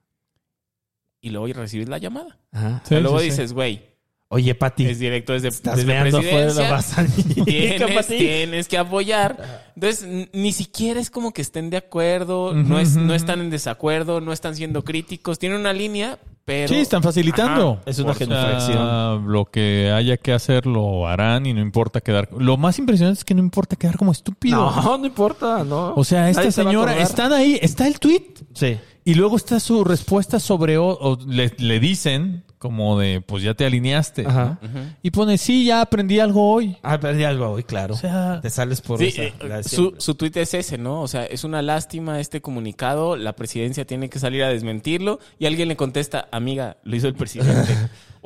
Y luego recibes la llamada.
Ajá.
Sí,
luego
sí, sí.
dices, güey,
Oye, Pati,
es directo desde,
estás
desde
meando afuera de la
presidencia.
basa.
Tienes, tienes que apoyar. Entonces, n- ni siquiera es como que estén de acuerdo, no, es, no están en desacuerdo, no están siendo críticos. Tienen una línea, pero...
Sí, están facilitando.
Ajá,
es una
O sea,
genuflexión.
lo que haya que hacer lo harán y no importa quedar. Lo más impresionante es que no importa quedar como estúpido.
No, no importa, no.
O sea, esta
Nadie se va a
señora,
acordar.
están ahí, está el tweet
Sí.
y luego está su respuesta sobre. o- o le, le dicen como de, pues ya te alineaste.
Ajá.
¿no? Y pone, sí, ya aprendí algo hoy.
Ah, perdí algo hoy, claro.
O sea,
Te sales por
Sí,
esa,
eh,
la de
su,
siempre.
su tuit es ese, ¿no? O sea, es una lástima este comunicado, la presidencia tiene que salir a desmentirlo y alguien le contesta, amiga, lo hizo el presidente.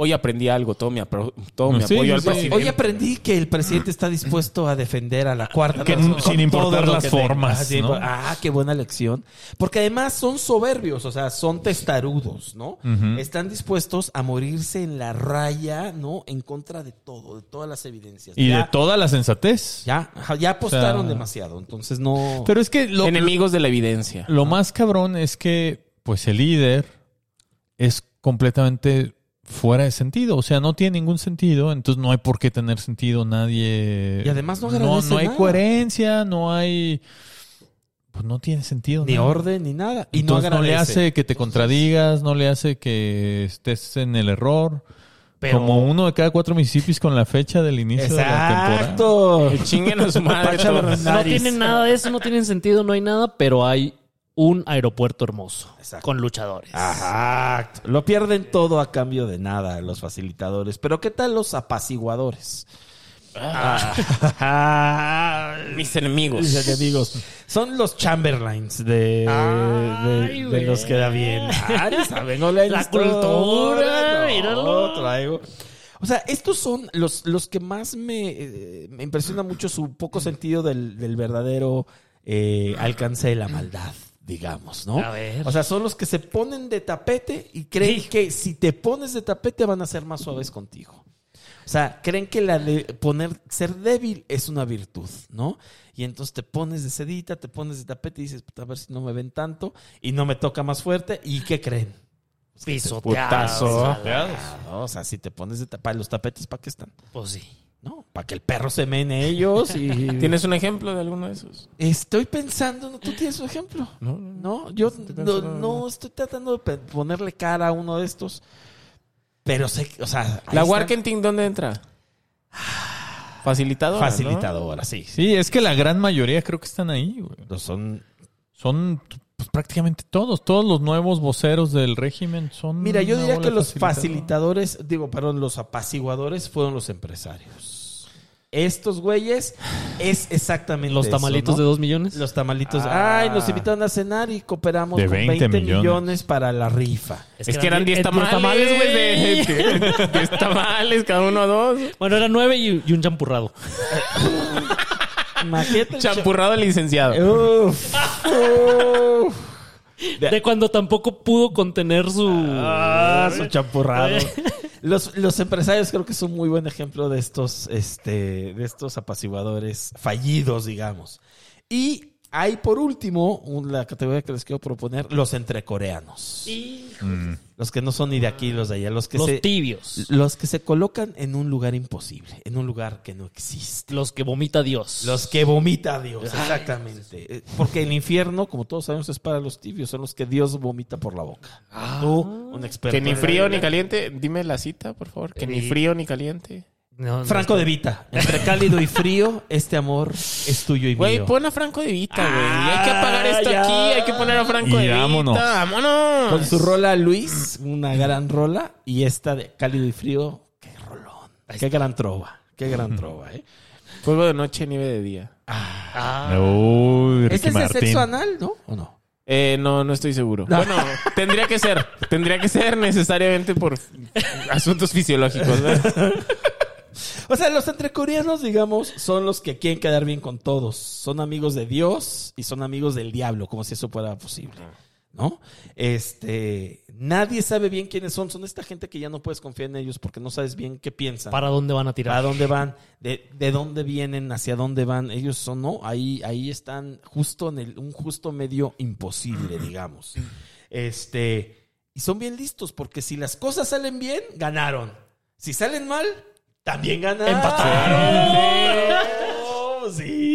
Hoy aprendí algo, todo mi, apro- todo mi
Sí,
apoyo al
sí, sí.
presidente.
Hoy aprendí que el presidente está dispuesto a defender a la cuarta.
Que
transformación
sin
con
importar
todo lo
las
que tenga.
formas,
Ah, sí,
¿no?
Ah, qué buena lección. Porque además son soberbios, o sea, son testarudos, ¿no? Están dispuestos a morirse en la raya, ¿no? En contra de todo, de todas las evidencias.
y
ya,
de toda la sensatez.
ya, ajá, ya apostaron
O sea,
demasiado, entonces no.
Pero es que lo,
Enemigos de la evidencia.
Lo más cabrón es que, pues, el líder es completamente fuera de sentido. O sea, no tiene ningún sentido, entonces no hay por qué tener sentido nadie.
Y además no
No,
agradece
no hay
nada.
coherencia, no hay. Pues no tiene sentido.
ni
nada.
orden ni nada. Y
Entonces,
no,
no le
agradece.
hace que te contradigas, no le hace que estés en el error.
Pero-
Como uno de cada cuatro municipios con la fecha del inicio de la temporada.
Exacto.
Que Chinguen a su madre. todos.
No tienen nada de eso, no tienen sentido, no hay nada, pero hay un aeropuerto hermoso
Exacto.
con luchadores.
Ajá. Lo pierden todo a cambio de nada los facilitadores. Pero ¿qué tal los apaciguadores?
Mis enemigos.
Mis enemigos. Son los Chamberlains de,
Ay,
de, de
güey.
los que da bien. Ah, ya saben, no he
La
visto.
cultura,
No,
míralo.
traigo. O sea, estos son los, los que más me, eh, me impresiona mucho su poco sentido del, del verdadero eh, alcance de la maldad, digamos, ¿no?
A ver.
O sea, son los que se ponen de tapete y creen que si te pones de tapete van a ser más suaves contigo. O sea, creen que la de poner, ser débil es una virtud, ¿no? Y entonces te pones de sedita, te pones de tapete y dices, "Puta, a ver si no me ven tanto y no me toca más fuerte. ¿Y qué creen?
Pisoteados.
Putazo.
a la-
Ah, no, o sea, si te pones de tapar los tapetes, ¿para qué están?
Pues sí.
No, para que el perro se mene ellos y...
¿Tienes un ejemplo de alguno de esos?
Estoy pensando, ¿no? ¿tú tienes un ejemplo? No, yo no, no estoy tratando de pe- ponerle cara a uno de estos. Pero sé, que- o sea... ahí
¿La
están.
Warkenting dónde entra? Facilitadora. ¿no?
Facilitadora, sí. sí.
Sí, es que la gran mayoría creo que están ahí, güey.
No son...
Son pues, prácticamente todos. Todos los nuevos voceros del régimen son.
Mira, yo
una
diría
bola
que los
facilitadora.
facilitadores, digo, perdón, los apaciguadores fueron los empresarios. Estos güeyes es exactamente
Los
eso,
tamalitos
¿no?
de 2 millones.
Los tamalitos.
Ah.
Ay, nos invitaron a cenar y cooperamos
De
con
20
20
millones.
millones. para la rifa.
Es que eran 10 tamales. güey. de- 10 tamales, cada uno dos.
Bueno, eran 9 y, y un champurrado.
Imagínate el
Champurrado el licenciado.
cho- Uf, uf.
De cuando tampoco pudo contener su.
Ah, su champurrado.
Oye.
Los, los empresarios creo que son muy buen ejemplo de estos, este, de estos apaciguadores fallidos, digamos. Y hay por último un- la categoría que les quiero proponer, los entrecoreanos. Los que no son ni de aquí, los de allá, los que
los
se...
tibios.
Los que se colocan en un lugar imposible, en un lugar que no existe.
Los que vomita Dios.
Los que vomita Dios, exactamente. Eh, Porque el infierno, como todos sabemos, es para los tibios, son los que Dios vomita por la boca. Tú, un experto.
Que ni
en la
frío ni
Biblia.
caliente. Dime la cita, por favor. Que ni
Eh,
frío ni caliente.
No, no,
Franco de Vita, entre cálido y frío, este amor es tuyo y
Güey,
mío.
pon a Franco de Vita, güey. hay que apagar esto
ya.
aquí. Hay que poner a Franco
Y
de Vita.
vámonos.
Vámonos.
Con su rola Luis, una gran rola, y esta de cálido y frío, qué rolón. Qué gran trova, qué gran trova, ¿eh?
Fuego de noche, nieve de día.
Uy, Ricky
Este es de
Martin.
sexo anal, ¿no? ¿O no?
Eh, no, no estoy seguro. Bueno, tendría que ser. Tendría que ser necesariamente por asuntos fisiológicos. ¿no?
O sea, los entrecoreanos, digamos, son los que quieren quedar bien con todos. Son amigos de Dios y son amigos del diablo, como si eso fuera posible. ¿No? Este. Nadie sabe bien quiénes son. Son esta gente que ya no puedes confiar en ellos porque no sabes bien qué piensan.
¿Para dónde van a
¿A
tirar?
dónde van? De, ¿De dónde vienen? ¿Hacia dónde van? Ellos son, ¿no? Ahí, ahí están justo en el, un justo medio imposible, digamos. Este, y son bien listos porque si las cosas salen bien, ganaron. Si salen mal, también ganaron. Empataron. Sí.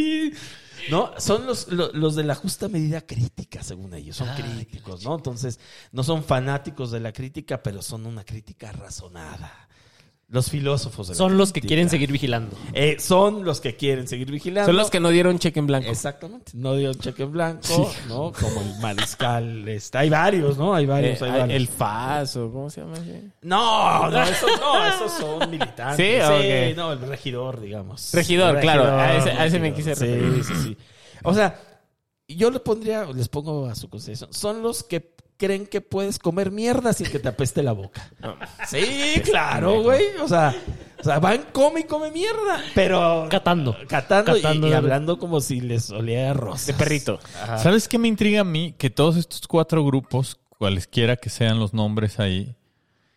No, son los, lo- los, de la justa medida crítica, según ellos. Son críticos, ¿no? Entonces, no son fanáticos de la crítica, pero son una crítica razonada. Los filósofos. de la
Son los que
crítica.
quieren seguir vigilando.
Eh, son los que quieren seguir vigilando.
Son los que no dieron cheque en blanco.
Exactamente. No dio cheque en blanco, ¿no? Como el mariscal. este, Hay varios, ¿no? Hay
Eh,
varios, hay varios.
el FAS o cómo se llama. ese?
No, no, esos no, esos son militantes.
Sí, ok.
no, el regidor, digamos.
Regidor,
El
claro, a ese- a ese me quise referir.
Sí, sí, sí. O sea, yo le pondría, les pongo a su consideración, son los que creen que puedes comer mierda sin que te apeste la boca. Sí, claro, güey. O sea, o sea, van, come y come mierda, pero
Catando.
catando, y-
Catando
y,
de-
hablando como si les olía a rosas.
De perrito.
¿Sabes qué me intriga a mí? Que todos estos cuatro grupos, cualesquiera que sean los nombres ahí,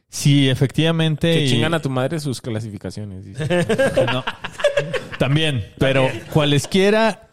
si efectivamente.
Que
y-
chingan a tu madre sus clasificaciones. dice.
No. También, pero cualesquiera,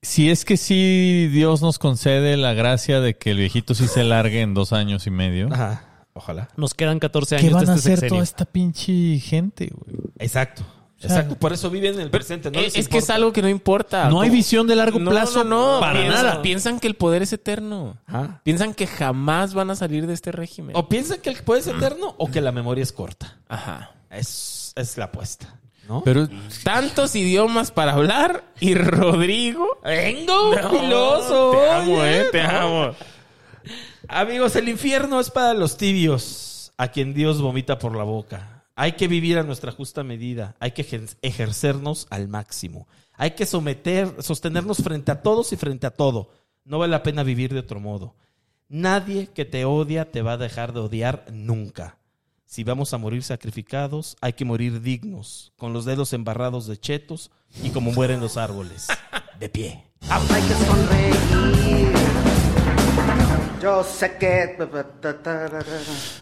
si es que sí Dios nos concede la gracia de que el viejito sí se largue en dos años y medio,
Ajá, ojalá.
Nos quedan 14 años
¿qué van
de
a
este
hacer
sexenio.
toda esta pinche gente, güey?
Exacto. Exacto, por eso viven en el presente. No
Eh,
les
es que es
importa.
algo que no importa.
No hay
Como-
visión de largo
No,
plazo
no, no.
para
Piensan-
nada.
Piensan que el poder es eterno.
Ajá.
Piensan que jamás van a salir de este régimen.
O piensan que el poder es eterno o que la memoria es corta.
Ajá.
Es, es la apuesta, ¿no?
Pero
Tantos idiomas para hablar y Rodrigo.
¡Vengo,
No,
filoso!
Te amo,
oye,
eh, te
¿no?
amo.
Amigos, el infierno es para los tibios, a quien Dios vomita por la boca. Hay que vivir a nuestra justa medida, hay que ejer- ejercernos al máximo. Hay que someter, sostenernos frente a todos y frente a todo. No vale la pena vivir de otro modo. Nadie que te odia te va a dejar de odiar nunca. Si vamos a morir sacrificados, hay que morir dignos, con los dedos embarrados de chetos y como mueren los árboles, de pie.
Aún hay que sonreír. Yo sé que. ta-ta-ta-ra-ra-ra.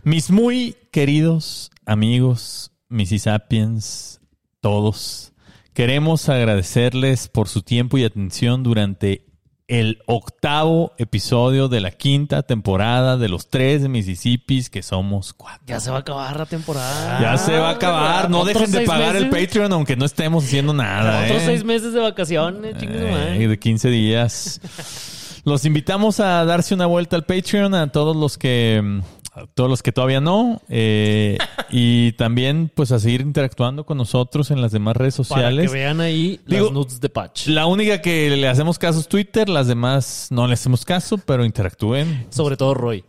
Mis muy queridos amigos, mis isapiens, todos, queremos agradecerles por su tiempo y atención durante
el octavo episodio de la quinta temporada de los tres de Mississippis que somos cuatro.
Ya se va a acabar la temporada.
Ya se va a acabar. No
Ah, ¿Otros
dejen de
seis
pagar el
meses?
Patreon aunque no estemos haciendo nada.
Otros
¿eh?
seis meses de vacaciones, chingue su
Ay,
madre.
de 15 días. Los invitamos a darse una vuelta al Patreon a todos los que a todos los que todavía no eh, y también pues a seguir interactuando con nosotros en las demás redes
Para que
sociales.
vean ahí
Digo-
las nudes de Patch.
La única que le hacemos caso es Twitter, las demás no le hacemos caso, pero interactúen.
Sobre todo Roy.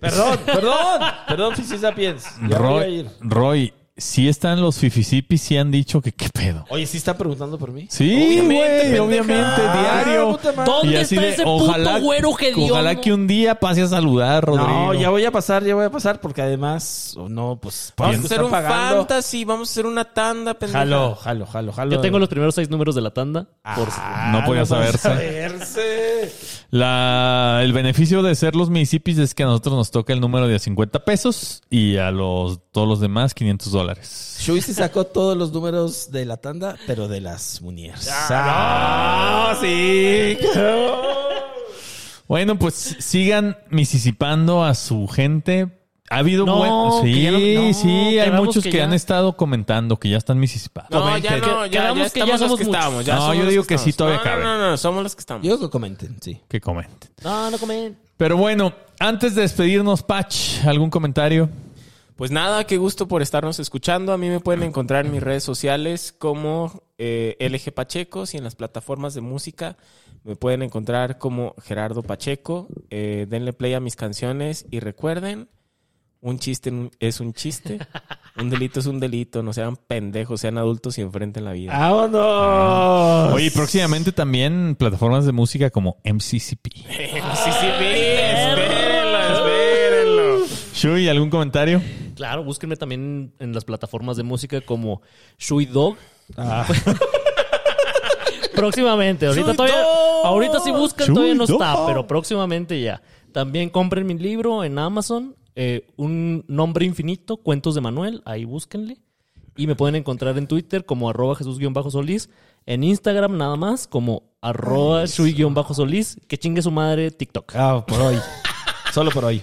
Perdón, perdón, perdón, Fifi Sapiens. Ya voy a
Roy,
ir.
Roy, sí están los fifisipis, sí han dicho que qué pedo.
Oye, ¿sí están preguntando por mí?
Sí, güey, obviamente,
Ah,
diario.
puta madre.
¿Dónde está ese puto güero hediondo?
Ojalá que un día pase a saludar, Rodrigo.
No, ya voy a pasar, ya voy a pasar, porque además, o no, pues,
Vamos
bien,
a hacer
están
un
pagando.
fantasy, vamos a hacer una tanda, pendejo.
Jalo, jalo, jalo, jalo. Ah,
Yo tengo los primeros seis números de la tanda. Por
No podía saberse. La, el beneficio de ser los municipios es que a nosotros nos toca el número de 50 pesos y a los todos los demás 500 dólares.
Shui se sacó todos los números de la tanda, pero de las Muniers.
Ah, sí.
Bueno, pues sigan misisipando a su gente. Ha habido
No,
buen-
que
Sí,
ya no- no,
sí, hay
quedamos
que
muchos que,
ya-
han estado comentando que ya están misisipados.
No, ya no, ya, ya
Quedamos que ya
estamos
somos
los que
muchos.
estamos. ya
No,
somos
yo
los
digo que sí,
estamos.
todavía
no,
caben.
no, no, no, somos los que estamos.
Yo que comenten, sí.
Que comenten.
No, no comen.
Pero bueno, antes de despedirnos, Patch, ¿algún comentario?
Pues nada, qué gusto por estarnos escuchando. A mí me pueden encontrar en mis redes sociales como eh, LG Pachecos y en las plataformas de música me pueden encontrar como Gerardo Pacheco. Eh, denle play a mis canciones y recuerden, un chiste en un- es un chiste, un delito es un delito, no sean pendejos, sean adultos y enfrenten la vida.
Ah.
¡Vámonos!
Oye, y próximamente también plataformas de música como MCCP.
sí, sí, espérenlo, espérenlo.
Shui, ¿algún comentario?
Claro, búsquenme también en las plataformas de música como Shui Dog.
Ah.
próximamente, ahorita todavía, ahorita si buscan
Shui
todavía no está,
Dog.
pero próximamente ya. También compren mi libro en Amazon, eh, un nombre infinito, Cuentos de Manuel, ahí búsquenle. Y me pueden encontrar en Twitter como arroba Jesús-Solís, en Instagram nada más como arroba Shui-Solís, que chingue su madre TikTok.
Ah, por hoy. Solo por hoy.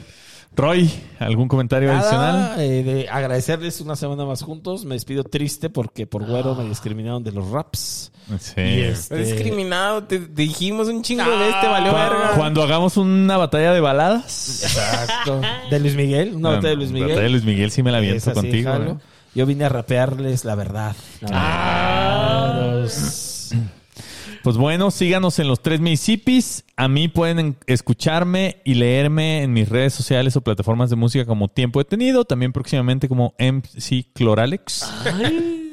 Roy, ¿algún comentario adicional?
Nada, eh, de agradecerles una semana más juntos. Me despido triste porque por güero me discriminaron de los raps.
Sí.
Y este,
Fue discriminado, te, te dijimos un chingo
Ah,
de este, valió verga.
Cuando hagamos una batalla de baladas.
Exacto. De Luis Miguel, una batalla de Luis Miguel.
Batalla de Luis Miguel sí me la
Es
aviento
así,
Ah, contigo.
jalo.
¿eh?
Yo vine a rapearles la verdad. La verdad. Los-
Pues bueno, síganos en los tres municipios. A mí pueden en- escucharme y leerme en mis redes sociales o plataformas de música como Tiempo Detenido, también próximamente como MC Cloralex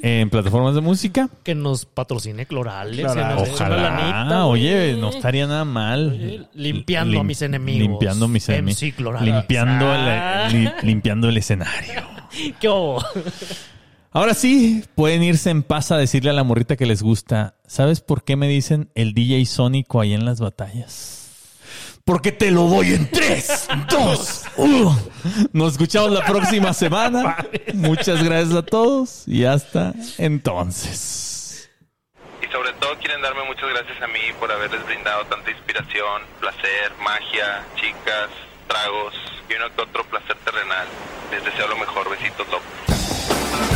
en plataformas de música.
Que nos patrocine Clorales. que
Clorales.
nos dé una lanita,
Ojalá, oye,
güey.
no estaría nada mal.
Limpiando a mis enemigos.
Limpiando a mis
MC
enemigos.
Clorales.
Limpiando,
Ah.
el, li- limpiando el escenario.
¿Qué hubo?
Ahora sí, pueden irse en paz a decirle a la morrita que les gusta. ¿Sabes por qué me dicen el DJ Sónico ahí en las batallas? Porque te lo doy en tres, dos, uno. Nos escuchamos la próxima semana. Muchas gracias a todos y hasta entonces.
Y sobre todo quieren darme muchas gracias a mí por haberles brindado tanta inspiración, placer, magia, chicas, tragos y uno que otro placer terrenal. Les deseo lo mejor. Besitos, López.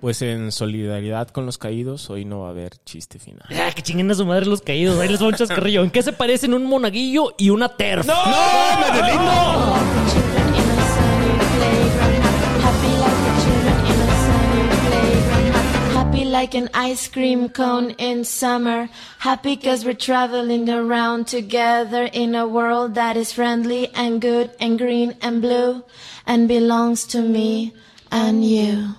Pues en solidaridad con los caídos, hoy no va a haber chiste final.
Ah, que chinguen a su madre los caídos. Ahí les va un chascarrillo. ¿En qué se parecen un monaguillo y una terf?
children in a sunny playground. Ha- Happy like the children in a sunny playground. Ha- Happy like an ice cream cone in summer. Happy cause we're traveling around together in a world that is friendly and good and green and blue and belongs to me and you.